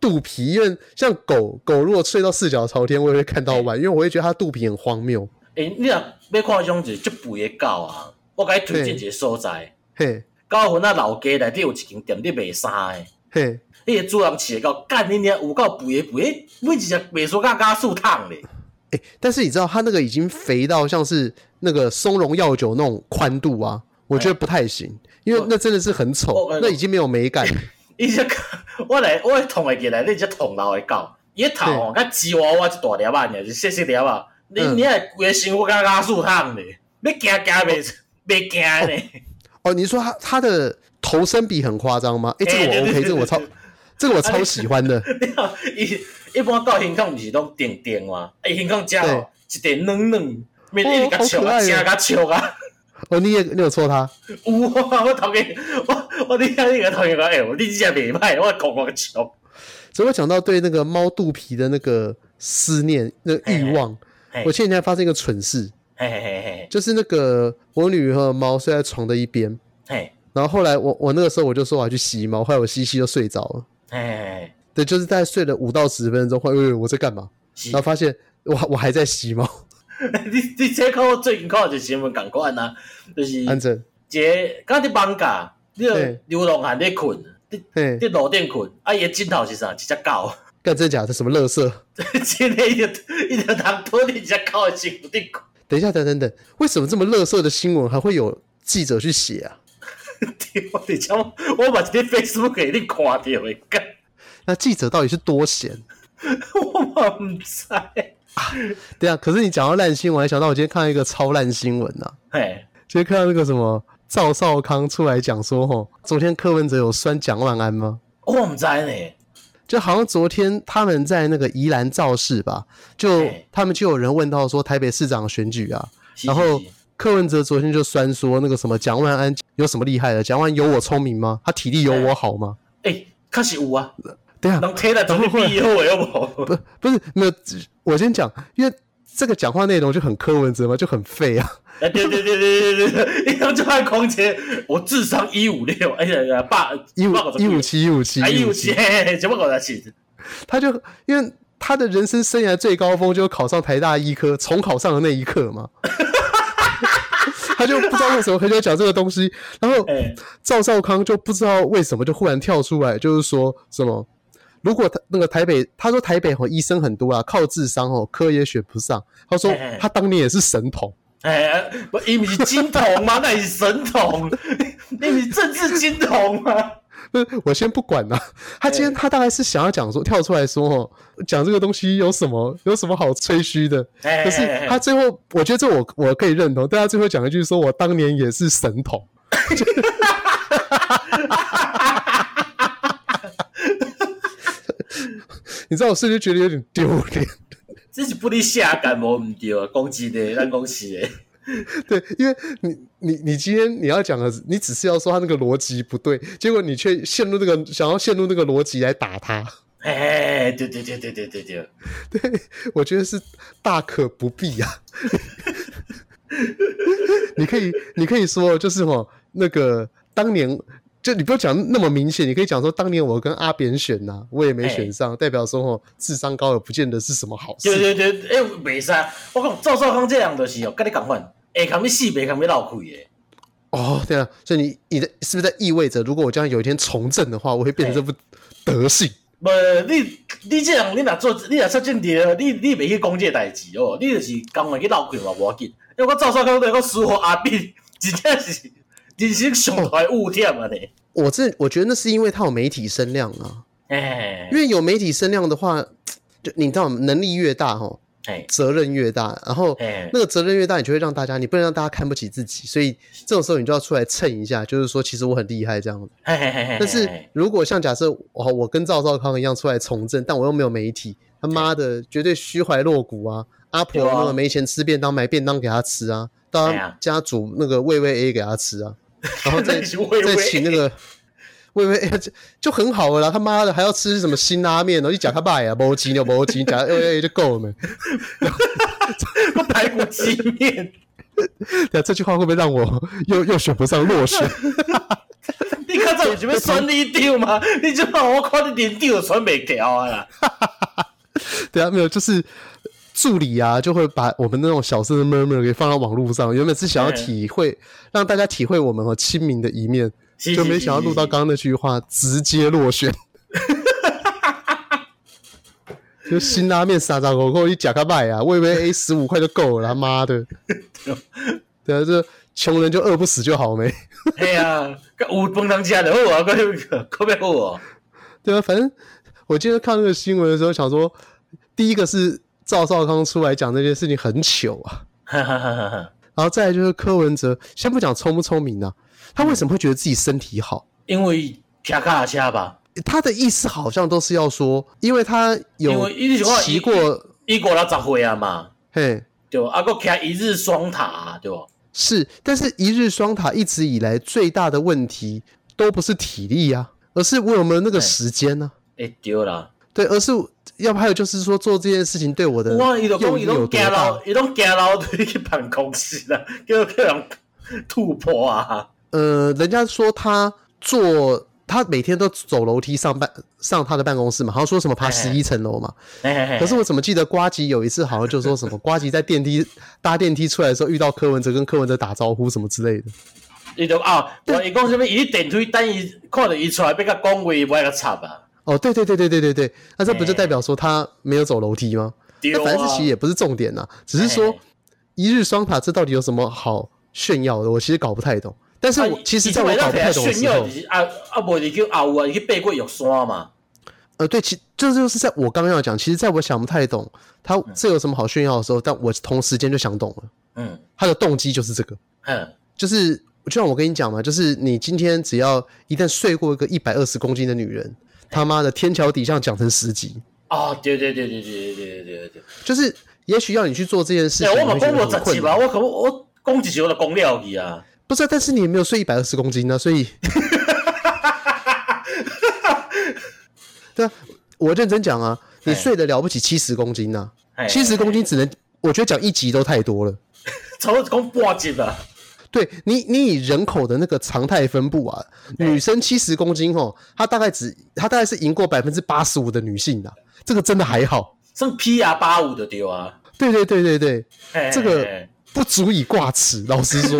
[SPEAKER 2] 肚皮。因为像狗狗如果睡到四脚朝天，我也会看到完，因为我会觉得它肚皮很荒谬。
[SPEAKER 1] 诶、你若要看种就是足肥的狗啊，我甲你推荐一个所在，
[SPEAKER 2] 嘿
[SPEAKER 1] 九份啊老街内底有一间店咧卖衫的，
[SPEAKER 2] 嘿，
[SPEAKER 1] 迄个主人饲的狗，干你娘有够肥的肥，每一只卖出甲加素桶咧，
[SPEAKER 2] 哎、但是你知道它那个已经肥到像是那个松茸药酒那种宽度啊，我觉得不太行，因为那真的是很丑
[SPEAKER 1] 哎哦哎，呦
[SPEAKER 2] 那已经没有美 感。
[SPEAKER 1] 伊只狗我来我捅会记来，你只捅老的狗，伊的头吼甲吉娃娃一大粒啊，尔是细细粒啊，你
[SPEAKER 2] 嗯
[SPEAKER 1] 你个规个身躯甲加素桶咧，要惊惊袂袂惊咧，
[SPEAKER 2] 哦，你说它它的头身比很夸张吗？哎、这个
[SPEAKER 1] 哎
[SPEAKER 2] 我
[SPEAKER 1] 对
[SPEAKER 2] OK，
[SPEAKER 1] 对对
[SPEAKER 2] 这个我超
[SPEAKER 1] 对对，
[SPEAKER 2] 这个我超喜欢的。
[SPEAKER 1] 你看伊一般到香港毋是拢定定嘛，伊香港食吼一块软软，免得一直甲笑
[SPEAKER 2] 哦好可
[SPEAKER 1] 啊，
[SPEAKER 2] 爱哦
[SPEAKER 1] 食甲笑啊。
[SPEAKER 2] 哦，你也你有戳他？
[SPEAKER 1] 有啊，我头家，我我你听你个同学讲，哎、欸，你这下袂歹，我讲我笑。
[SPEAKER 2] 所以我讲到对那个猫肚皮的那个思念、那个欲望，
[SPEAKER 1] 嘿
[SPEAKER 2] 我前几天还发生一个蠢事，
[SPEAKER 1] 嘿嘿嘿嘿
[SPEAKER 2] 就是那个我女儿和猫睡在床的一边，
[SPEAKER 1] 嘿
[SPEAKER 2] 然后后来我我那个时候我就说我要去吸猫，后来我吸吸就睡着了。
[SPEAKER 1] 嘿嘿，
[SPEAKER 2] 对，就是大概睡了五到十分钟，后来我以为我在干嘛，
[SPEAKER 1] 是
[SPEAKER 2] 然后发现我我还在吸猫，
[SPEAKER 1] 你你这看我最近看到一个新闻共款啊，就是
[SPEAKER 2] 安正，
[SPEAKER 1] 一个敢伫放假，你就
[SPEAKER 2] 嘿
[SPEAKER 1] 流浪汉咧困，伫
[SPEAKER 2] 嘿，
[SPEAKER 1] 伫路顶困，啊伊诶枕头是啥？一只狗，
[SPEAKER 2] 干真假的什么乐色？
[SPEAKER 1] 真诶伊就伊就躺倒伫一只狗诶身躯顶困，
[SPEAKER 2] 等一下，等等等，为什么这么乐色的新闻还会有记者去写啊？
[SPEAKER 1] 对我而且我我嘛是伫 Facebook 给你看着诶，干
[SPEAKER 2] 那记者到底是多闲？
[SPEAKER 1] 我嘛毋知，
[SPEAKER 2] 对啊，可是你讲到烂新闻，我还想到我今天看到一个超烂新闻呐、啊，
[SPEAKER 1] 嘿，
[SPEAKER 2] 今天看到那个什么赵少康出来讲说，吼，昨天柯文哲有酸蒋万安吗？
[SPEAKER 1] 我毋知呢，
[SPEAKER 2] 就好像昨天他们在那个宜兰造势吧，就
[SPEAKER 1] 对
[SPEAKER 2] 他们就有人问到说台北市长选举啊，
[SPEAKER 1] 是
[SPEAKER 2] 然后
[SPEAKER 1] 是是
[SPEAKER 2] 柯文哲昨天就酸说那个什么蒋万安有什么厉害的？蒋万安有我聪明吗？他体力有我好吗？
[SPEAKER 1] 诶，欸确实有啊，
[SPEAKER 2] 对啊，
[SPEAKER 1] 人体力总是比伊好诶，好无？
[SPEAKER 2] 不不是没有，只我先讲，因为这个讲话内容就很柯文哲嘛，就很废啊。
[SPEAKER 1] 哎，对对对对对对对，一张就按空姐，我智商一五六，哎呀呀，爸
[SPEAKER 2] 一五一五
[SPEAKER 1] 七，
[SPEAKER 2] 七一五七
[SPEAKER 1] 哎一五七，，嘿嘿嘿，怎么搞得起？
[SPEAKER 2] 他就因为他的人生生涯最高峰就是考上台大医科，重考上的那一刻嘛。 他就不知道为什么很想讲这个东西，然后
[SPEAKER 1] 哎，
[SPEAKER 2] 赵少康就不知道为什么就忽然跳出来，就是说什么，如果他那个台北，他说台北和医生很多啊，靠智商哦，科也选不上。他说
[SPEAKER 1] 嘿嘿
[SPEAKER 2] 他当年也是神童，
[SPEAKER 1] 哎哎，不，伊不是金童吗？那你是神童，你不是政治金童吗？
[SPEAKER 2] 那我先不管啦、啊 他
[SPEAKER 1] 哎
[SPEAKER 2] 今天他大概是想要讲说，跳出来说哦，讲这个东西有什么有什么好吹嘘的？
[SPEAKER 1] 哎，
[SPEAKER 2] 可是他最后，我觉得这我我可以认同，但他最后讲一句说，我当年也是神童。 你知道我瞬间觉得有点丢脸，
[SPEAKER 1] 这是不离下感无唔对啊，讲真的，咱讲是的，
[SPEAKER 2] 对，因为你你你今天你要讲的，你只是要说他那个逻辑不对，结果你却陷入那个想要陷入那个逻辑来打他。
[SPEAKER 1] 哎，对对对对对对对，
[SPEAKER 2] 我觉得是大可不必呀、啊。你可以，你可以说，就是哦，那个当年，就你不要讲那么明显，你可以讲说，当年我跟阿扁选呐、我
[SPEAKER 1] 哎
[SPEAKER 2] 也没选上，代表说哦，智商高也不见得是什么好事。
[SPEAKER 1] 对对对，哎，袂使，我讲赵少康这样就是哦，跟你讲款，会扛你死，袂扛你闹开的。
[SPEAKER 2] 哦，对啊，所以你你的是不是在意味着，如果我将来有一天从政的话，我会变成这副
[SPEAKER 1] 哎
[SPEAKER 2] 德性？
[SPEAKER 1] 无，你你这样，你若做，你若出政治了，你你袂去讲这个代志哦，你就是甘愿去闹开嘛，无要紧。因为我赵少康对我输互阿扁，真正是人生上大的污点啊呢。
[SPEAKER 2] 我这我觉得那是因为他有媒体声量啊，
[SPEAKER 1] 哎
[SPEAKER 2] 因为有媒体声量的话，就你知道，能力越大哦，
[SPEAKER 1] 哎
[SPEAKER 2] 责任越大，然后
[SPEAKER 1] 哎
[SPEAKER 2] 那个责任越大，你就会让大家，你不能让大家看不起自己，所以这种时候你就要出来蹭一下，就是说其实我很厉害这样子。
[SPEAKER 1] 哎，
[SPEAKER 2] 但是如果像假设哦，我跟赵少康一样出来从政，但我又没有媒体，他妈的绝对虚怀若谷啊！阿
[SPEAKER 1] 对
[SPEAKER 2] 婆
[SPEAKER 1] 啊
[SPEAKER 2] 那个没钱吃便当，买便当给他吃啊，大
[SPEAKER 1] 哎
[SPEAKER 2] 家
[SPEAKER 1] 呀
[SPEAKER 2] 家煮那个味味 A 给他 吃啊，然后再
[SPEAKER 1] 那你喂
[SPEAKER 2] 再
[SPEAKER 1] 喂
[SPEAKER 2] 请那个。味味 A 就就很好了啦，他妈的还要吃什么辛拉面哦？你讲他爸呀，没钱就没钱，讲味味 A 就够了没？
[SPEAKER 1] 个排骨鸡面，
[SPEAKER 2] 对啊，这句话会不会让我 又又选不上落选？
[SPEAKER 1] 你较早有想要选你丢吗？你即摆我看你连丢都选袂掉啊啦。
[SPEAKER 2] 对啊，没有，就是助理啊，就会把我们那种小声的 murmur 给放到网络上。原本是想要
[SPEAKER 1] 对
[SPEAKER 2] 体会，让大家体会我们和亲民的一面，
[SPEAKER 1] 是
[SPEAKER 2] 就是没
[SPEAKER 1] 是
[SPEAKER 2] 想到
[SPEAKER 1] 是
[SPEAKER 2] 录到
[SPEAKER 1] 是
[SPEAKER 2] 刚刚那句话，直接落 选。就辛拉面傻傻狗狗一假个卖啊，我以为 A 十五块就够了，他 妈的！对啊，这穷人就饿不死就好没。
[SPEAKER 1] 嘿啊，有饭通食就好啊，个个别好哦。
[SPEAKER 2] 对啊，反正我今天看那个新闻的时候，想说，第一个是赵少康出来讲这件事情很糗啊，
[SPEAKER 1] 哈哈哈哈哈！
[SPEAKER 2] 然后再来就是柯文哲，先不讲聪不聪明啊，他为什么会觉得自己身体好？
[SPEAKER 1] 因为骑脚踏车吧。
[SPEAKER 2] 他的意思好像都是要说，因为他
[SPEAKER 1] 因
[SPEAKER 2] 有
[SPEAKER 1] 为一直
[SPEAKER 2] 骑过，
[SPEAKER 1] 伊五六十岁啊嘛，
[SPEAKER 2] 嘿，
[SPEAKER 1] 对吧，啊，搁徛一日双塔、啊，对吧？
[SPEAKER 2] 是，但是一日双塔一直以来最大的问题都不是体力啊，而是我有没有那个
[SPEAKER 1] 对
[SPEAKER 2] 时间呢、
[SPEAKER 1] 会丢啦。
[SPEAKER 2] 对，而是要不还有就是说做这件事情对我的
[SPEAKER 1] 啊我伊就
[SPEAKER 2] 用
[SPEAKER 1] 讲
[SPEAKER 2] 意
[SPEAKER 1] 伊
[SPEAKER 2] 有
[SPEAKER 1] 拢
[SPEAKER 2] 多
[SPEAKER 1] 惊
[SPEAKER 2] 大
[SPEAKER 1] 老，？伊拢惊老对去办公室啦， 叫叫人突破啊！
[SPEAKER 2] 呃，人家说他做他每天都走楼梯上办上他的办公室嘛，好像说什么爬
[SPEAKER 1] 哎
[SPEAKER 2] 十一层楼嘛。
[SPEAKER 1] 嘿嘿嘿
[SPEAKER 2] 可是我怎么记得瓜吉有一次好像就说什么瓜吉在电梯搭电梯出来的时候遇到柯文哲，跟柯文哲打招呼什么之类的。
[SPEAKER 1] 伊就啊，我伊讲什物？伊去电梯等伊看着伊出来，要甲讲话，无爱甲插啊。
[SPEAKER 2] 哦，对对对对对对对，那这不就
[SPEAKER 1] 哎
[SPEAKER 2] 代表说他没有走楼梯吗？
[SPEAKER 1] 对
[SPEAKER 2] 那
[SPEAKER 1] 啊
[SPEAKER 2] 反正这其实也不是重点呐、只是说
[SPEAKER 1] 哎
[SPEAKER 2] 一日双塔这到底有什么好炫耀的？我其实搞不太懂。但是
[SPEAKER 1] 啊
[SPEAKER 2] 我
[SPEAKER 1] 伊
[SPEAKER 2] 其实
[SPEAKER 1] 伊
[SPEAKER 2] 在我
[SPEAKER 1] 这
[SPEAKER 2] 搞不太懂的
[SPEAKER 1] 炫
[SPEAKER 2] 时
[SPEAKER 1] 耀
[SPEAKER 2] 候
[SPEAKER 1] 就，是啊啊，无你叫啊有啊，伊去爬过玉山嘛。
[SPEAKER 2] 呃，对，其这就是在我刚刚要讲，其实在我想不太懂他这有什么好炫耀的时候，但我同时间就想懂了，
[SPEAKER 1] 嗯，
[SPEAKER 2] 他的动机就是这个，
[SPEAKER 1] 哼，
[SPEAKER 2] 就是就像我跟你讲嘛，就是你今天只要一旦睡过一个一百二十公斤的女人，他妈的天桥底下讲成十级，
[SPEAKER 1] 哦，对对对对对对对对对。
[SPEAKER 2] 就是也许要你去做这件事情，
[SPEAKER 1] 哎，我
[SPEAKER 2] 你会
[SPEAKER 1] 嘛讲过
[SPEAKER 2] 觉得很
[SPEAKER 1] 十
[SPEAKER 2] 困
[SPEAKER 1] 集
[SPEAKER 2] 难
[SPEAKER 1] 吧，我可不我讲一集我就讲了去啊。
[SPEAKER 2] 不是啊，但是你也没有睡一百二十公斤呢、啊所以， 对啊，我认真讲啊，你
[SPEAKER 1] 哎
[SPEAKER 2] 睡得了不起七十公斤啊呢、
[SPEAKER 1] 嘿
[SPEAKER 2] 七十公斤只能，我觉得讲一集都太多了。
[SPEAKER 1] 差不多讲半集吧。
[SPEAKER 2] 对你，你以人口的那个常态分布啊，女生七十公斤哦，她大概只她大概是赢过百分之八十五的女性的、这个真的还好。
[SPEAKER 1] 算 P R 八五就对啊。
[SPEAKER 2] 对对对对对，
[SPEAKER 1] 嘿
[SPEAKER 2] 这
[SPEAKER 1] 嘿嘿
[SPEAKER 2] 个不足以挂齿，老实说。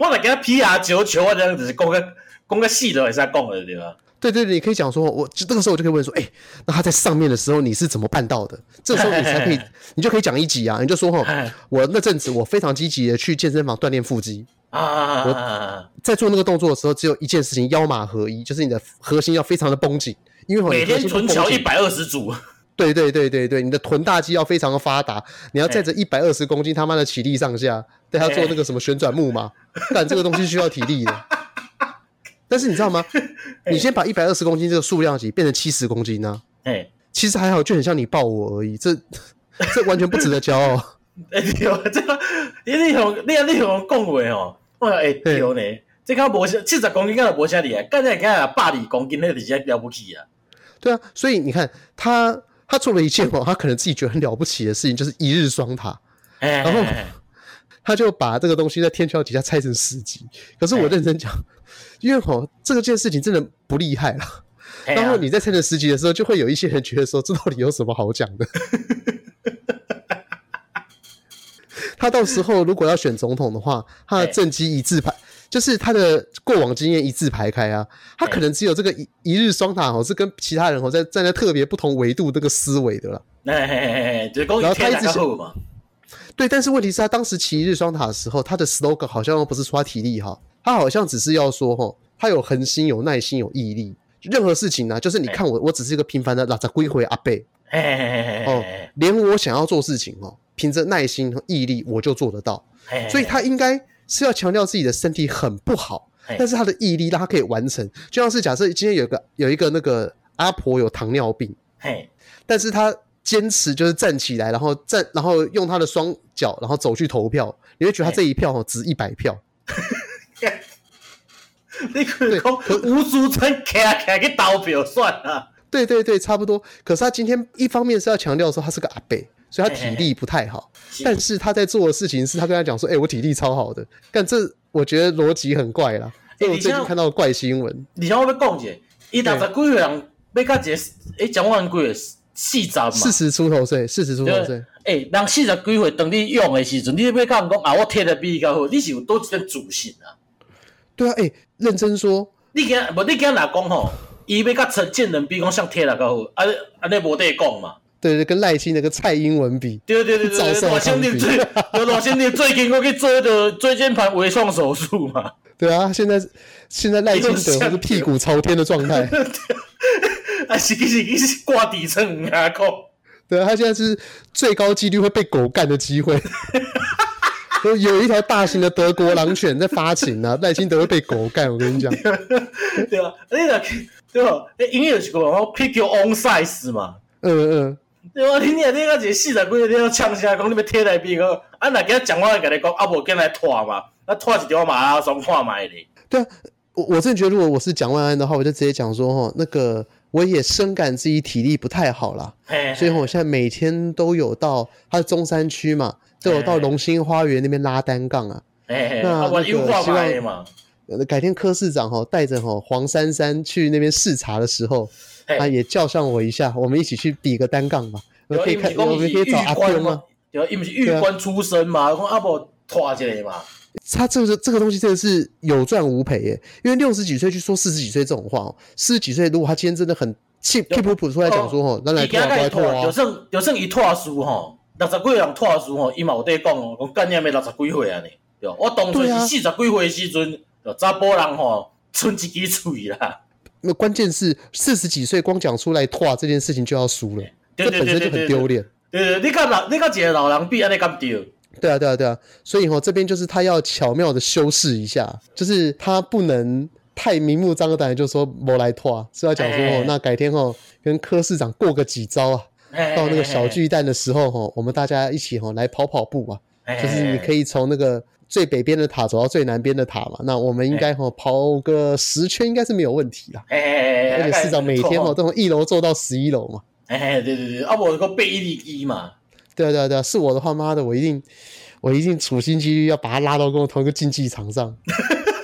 [SPEAKER 1] 我来给他 P R 九球，我这样子讲个讲个细的也是讲的对吧？
[SPEAKER 2] 对对对，你可以讲说，我就这个时候我就可以问说，哎、那他在上面的时候你是怎么办到的？这个时候你才可以，你就可以讲一集啊，你就说哈
[SPEAKER 1] 哎，
[SPEAKER 2] 我那阵子我非常积极的去健身房锻炼腹肌，
[SPEAKER 1] 啊，
[SPEAKER 2] 在做那个动作的时候，只有一件事情，腰马合一，就是你的核心要非常的绷紧，因为吼
[SPEAKER 1] 每
[SPEAKER 2] 你核
[SPEAKER 1] 天
[SPEAKER 2] 心不
[SPEAKER 1] 臀
[SPEAKER 2] 绷
[SPEAKER 1] 桥一
[SPEAKER 2] 紧，
[SPEAKER 1] 百二十组，
[SPEAKER 2] 对对对对对，你的臀大肌要非常的发达，你要载
[SPEAKER 1] 哎
[SPEAKER 2] 着一百二十公斤他妈的起立上下，对他做那个什么旋转木马，
[SPEAKER 1] 哎
[SPEAKER 2] 但这个东西需要体 力的。但是你知道吗？你先把一百二十公斤这个数量级变成七十公斤呢、
[SPEAKER 1] 哎，
[SPEAKER 2] 其实还好，就很像你抱我而 已，这这完全不值得骄傲。
[SPEAKER 1] 哎对，这个你你用你你用讲话哦，我说哎对呢，这个无啥七十公斤，敢若无啥厉害，干才干百二公斤，那直接了不起啊！
[SPEAKER 2] 对啊，所以你看他他做了一件哦，他可能自己觉得很了不起的事情，就是一日双塔，
[SPEAKER 1] 然
[SPEAKER 2] 后他就把这个东西在天桥底下拆成十级。可是我
[SPEAKER 1] 哎
[SPEAKER 2] 认真讲，因为哦这个件事情真的不厉害啦。
[SPEAKER 1] 哎
[SPEAKER 2] 然后你在拆成十级的时候，就会有一些人觉得说，这到底有什么好讲的？他到时候如果要选总统的话，他的
[SPEAKER 1] 哎
[SPEAKER 2] 政绩一字排，就是他的过往经验一字排开啊。他
[SPEAKER 1] 哎
[SPEAKER 2] 可能只有这个一一日双塔哦，是跟其他人哦在站在特别不同维度这个思维的啦。
[SPEAKER 1] 哎嘿嘿嘿，就是讲
[SPEAKER 2] 然后
[SPEAKER 1] 伊
[SPEAKER 2] 他
[SPEAKER 1] 天
[SPEAKER 2] 一
[SPEAKER 1] 然
[SPEAKER 2] 直
[SPEAKER 1] 较
[SPEAKER 2] 是
[SPEAKER 1] 好嘛，
[SPEAKER 2] 对，但是问题是他当时骑一日双塔的时候，他的 slogan 好像不是说他体力好，他好像只是要说吼，他有恒心、有耐心、有毅力。任何事情呢、啊就是你看我，我只是一个平凡的拉扎归回阿贝，
[SPEAKER 1] 嘿嘿嘿嘿
[SPEAKER 2] 哦
[SPEAKER 1] 嘿，
[SPEAKER 2] 连我想要做事情哦，凭着耐心和毅力，我就做得到。
[SPEAKER 1] 嘿，嘿
[SPEAKER 2] 所以他应该是要强调自己的身体很不好
[SPEAKER 1] 嘿，
[SPEAKER 2] 但是他的毅力让他可以完成。就像是假设今天有一个有一个那个阿婆有糖尿病，
[SPEAKER 1] 嘿
[SPEAKER 2] 但是他坚持就是站起来，然后站，然后用他的双脚，然后走去投票，你会觉得他这一票哦值一百票。
[SPEAKER 1] 你可以
[SPEAKER 2] 对
[SPEAKER 1] 讲吴祖成徛徛去投票算了。
[SPEAKER 2] 对对对，差不多。可是他今天一方面是要强调说他是个阿伯，所以他体力不太好，
[SPEAKER 1] 是
[SPEAKER 2] 但是他在做的事情是他跟他讲说：“哎、我体力超好的。”但这我觉得逻辑很怪啦。因为我
[SPEAKER 1] 你
[SPEAKER 2] 最近
[SPEAKER 1] 像
[SPEAKER 2] 看到怪新闻，
[SPEAKER 1] 而且我要讲者，伊六十几岁人要甲一个诶，蒋万贵四十嘛，
[SPEAKER 2] 四十出头岁，四十出头岁，
[SPEAKER 1] 诶、人四十几岁，当你用的时阵，你要甲人讲啊，我踢得比你较好，你是有倒一点自信啊？
[SPEAKER 2] 对啊，哎、认真说，
[SPEAKER 1] 你今无你今若讲吼，伊要甲陈建仁比，讲像踢得较好，啊安尼无得讲嘛？
[SPEAKER 2] 对对，跟赖清德跟蔡英文比，
[SPEAKER 1] 对对对对
[SPEAKER 2] 赵
[SPEAKER 1] 对，
[SPEAKER 2] 少
[SPEAKER 1] 罗先
[SPEAKER 2] 康比
[SPEAKER 1] 林最，罗先林最近我去做的椎间盘微创手术嘛，
[SPEAKER 2] 对啊，现在现在赖清德是屁股朝天的状态，
[SPEAKER 1] 啊是是是是挂底层啊讲，
[SPEAKER 2] 对啊，他现在是最高几率会被狗干的机会。就有一条大型的德国狼犬在发情啊，赖清德会被狗干，我跟你讲。
[SPEAKER 1] 对啊，你若去对吧？因为有一个人我 pick your own size 嘛。
[SPEAKER 2] 嗯嗯，
[SPEAKER 1] 对啊，你你你个一个四十几岁，你要呛声讲你要贴来比个，啊，若今讲我会甲你讲，啊，无今来拖嘛，啊，拖一条马拉松看卖咧。
[SPEAKER 2] 对啊，我我真的觉得，如果我是蒋万安的话，我就直接讲说，哦，那个我也深感自己体力不太好啦，
[SPEAKER 1] 嘿，
[SPEAKER 2] 所以我现在每天都有到他的中山区嘛，都有到龙兴花园那边拉单杠啊。
[SPEAKER 1] 嘿嘿，
[SPEAKER 2] 那
[SPEAKER 1] 啊，我优化嘛的嘛，
[SPEAKER 2] 呃改天柯市长哦带着哦黄珊珊去那边视察的时候，
[SPEAKER 1] 嘿
[SPEAKER 2] 他也叫上我一下，我们一起去比个单杠吧。我
[SPEAKER 1] 对啊
[SPEAKER 2] 们可
[SPEAKER 1] 伊毋
[SPEAKER 2] 以看
[SPEAKER 1] 是，
[SPEAKER 2] 我
[SPEAKER 1] 讲
[SPEAKER 2] 们
[SPEAKER 1] 伊
[SPEAKER 2] 可以
[SPEAKER 1] 是
[SPEAKER 2] 找阿
[SPEAKER 1] 玉官
[SPEAKER 2] 公吗
[SPEAKER 1] 嘛？，对啊，伊毋是玉官出身嘛，讲啊无拖一个嘛，
[SPEAKER 2] 他这个这个东西真的是有赚无赔耶，因为六十几岁去说四十几岁这种话、哦，四十几岁如果他今天真的很气气噗噗出来讲说哦，咱来
[SPEAKER 1] 伊
[SPEAKER 2] 拖啊，
[SPEAKER 1] 甲伊
[SPEAKER 2] 来拖
[SPEAKER 1] 拖，就
[SPEAKER 2] 啊，
[SPEAKER 1] 算就算伊拖输吼，六十几人拖输吼，伊嘛有在讲哦，讲干念的六十几岁安尼，对啊，我当初
[SPEAKER 2] 对
[SPEAKER 1] 是
[SPEAKER 2] 啊
[SPEAKER 1] 四十几岁的时阵，就查甫人吼，剩一支喙啦，
[SPEAKER 2] 那关键是四十几岁光讲出来拖啊这件事情就要输了，
[SPEAKER 1] 对
[SPEAKER 2] 这
[SPEAKER 1] 对对
[SPEAKER 2] 本身
[SPEAKER 1] 对
[SPEAKER 2] 就
[SPEAKER 1] 对对
[SPEAKER 2] 很丢。脸。
[SPEAKER 1] 对对，你甲老你甲一个老人比安尼敢对？
[SPEAKER 2] 对啊，对啊，对啊，所以吼、这边就是他要巧妙的修饰一下，就是他不能太明目张胆地就说没来拖啊，是要讲说
[SPEAKER 1] 哎
[SPEAKER 2] 哦，那改天哦跟柯市长过个几招啊，到
[SPEAKER 1] 到
[SPEAKER 2] 那个
[SPEAKER 1] 哎
[SPEAKER 2] 小巨蛋的时候吼、我们大家一起吼、来跑跑步啊，
[SPEAKER 1] 哎
[SPEAKER 2] 就是你可
[SPEAKER 1] 以
[SPEAKER 2] 以从那个最北边的塔走到最南边的塔嘛，那我们应
[SPEAKER 1] 哎
[SPEAKER 2] 该吼、跑个十圈应该是没有问题啦。
[SPEAKER 1] 嘿，嘿
[SPEAKER 2] 而且市长每天吼、，都从一楼做到十一楼嘛，
[SPEAKER 1] 嘿嘿嘿嘿嘿嘿对对对，啊无个背一零一嘛，
[SPEAKER 2] 对啊，对啊，对啊，是我的话，妈的，我一定，我一定处心积虑要把他拉到跟我同一个竞技场上。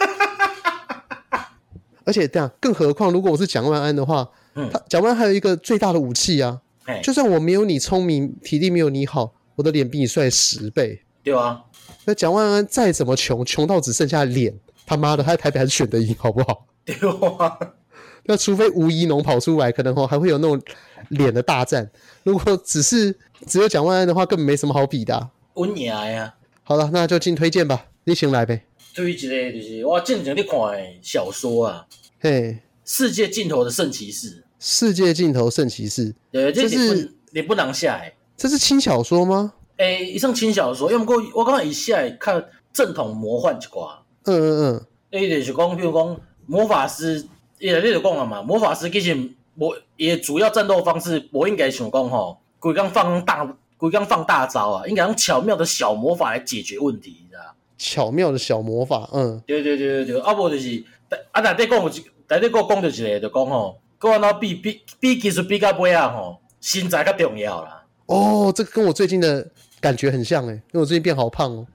[SPEAKER 2] 而且这样，更何况如果我是蒋万安的话，
[SPEAKER 1] 嗯
[SPEAKER 2] 他蒋万安还有一个最大的武器啊，
[SPEAKER 1] 嘿
[SPEAKER 2] 就算我没有你聪明，体力没有你好，我的脸比你帅十倍。
[SPEAKER 1] 对啊，
[SPEAKER 2] 那蒋万安再怎么穷，穷到只剩下脸，他妈的，他在台北还是选得赢，好不好？
[SPEAKER 1] 对啊，
[SPEAKER 2] 那除非吴怡农跑出来，可能哦还会有那种脸的大战。如果只是只有蒋万安的话，根本没什么好比的啊、
[SPEAKER 1] 稳赢的啊。
[SPEAKER 2] 好了，那就进推荐吧，你先来呗。
[SPEAKER 1] 对一个就是我之前咧看的小说啊，《
[SPEAKER 2] 嘿，
[SPEAKER 1] 世界尽头的圣骑士》，
[SPEAKER 2] 世界尽头圣骑士，
[SPEAKER 1] 对，这
[SPEAKER 2] 这是
[SPEAKER 1] 日本日本人写的。
[SPEAKER 2] 这是轻小说吗？
[SPEAKER 1] 诶，伊算欸轻小说，要毋过我感觉伊写的较正统魔幻一寡。
[SPEAKER 2] 嗯嗯嗯，
[SPEAKER 1] 伊就是讲，比如讲魔法师，伊内底就讲啊嘛，魔法师其实无伊的主要战斗方式，无应该想讲吼，规工放大，规工放大招啊，应该用巧妙的小魔法来解决问题，你知道吗？
[SPEAKER 2] 巧妙的小魔法，嗯，
[SPEAKER 1] 对对对对对，啊无就是，啊内底讲有一，内底个讲着一个，就讲吼，搁安怎比比比技术比较尾啊吼，身材较重要啦。
[SPEAKER 2] 哦，这个跟我最近的感觉很像诶、欸因为我最近变好胖哦。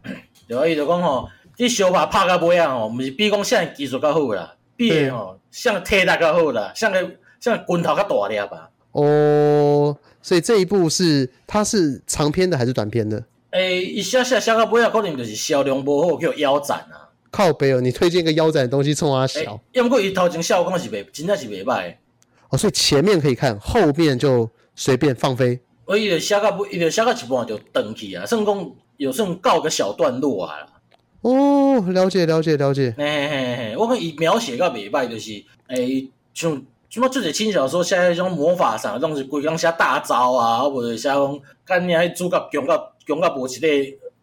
[SPEAKER 1] 对啊，伊就讲吼，你小把拍到尾啊吼，毋是比讲啥技术较好啦，比的吼，像体力较好啦，像个像拳头较大粒啊吧。
[SPEAKER 2] 哦，所以这一部是它是长篇的还是短篇的？
[SPEAKER 1] 诶，伊写写写到尾啊，可能就是销量无好，叫腰斩啊。
[SPEAKER 2] 靠北哦，你推荐一个腰斩的东西冲阿
[SPEAKER 1] 诶
[SPEAKER 2] 小，
[SPEAKER 1] 要毋过伊头前写我讲是袂，真正是袂歹的。
[SPEAKER 2] 哦，所以前面可以看，后面就随便放飞。
[SPEAKER 1] 啊，伊就写到尾，伊就写到一半就断去啊，算讲有算告个小段落啊啦。
[SPEAKER 2] 哦，了解了解了解，
[SPEAKER 1] 嘿嘿嘿嘿，我看伊描写到袂歹，就是诶、像什么就是轻小说写迄种魔法啥，拢是规工写大招啊，啊无就是写讲干你迄主角强到强到无一个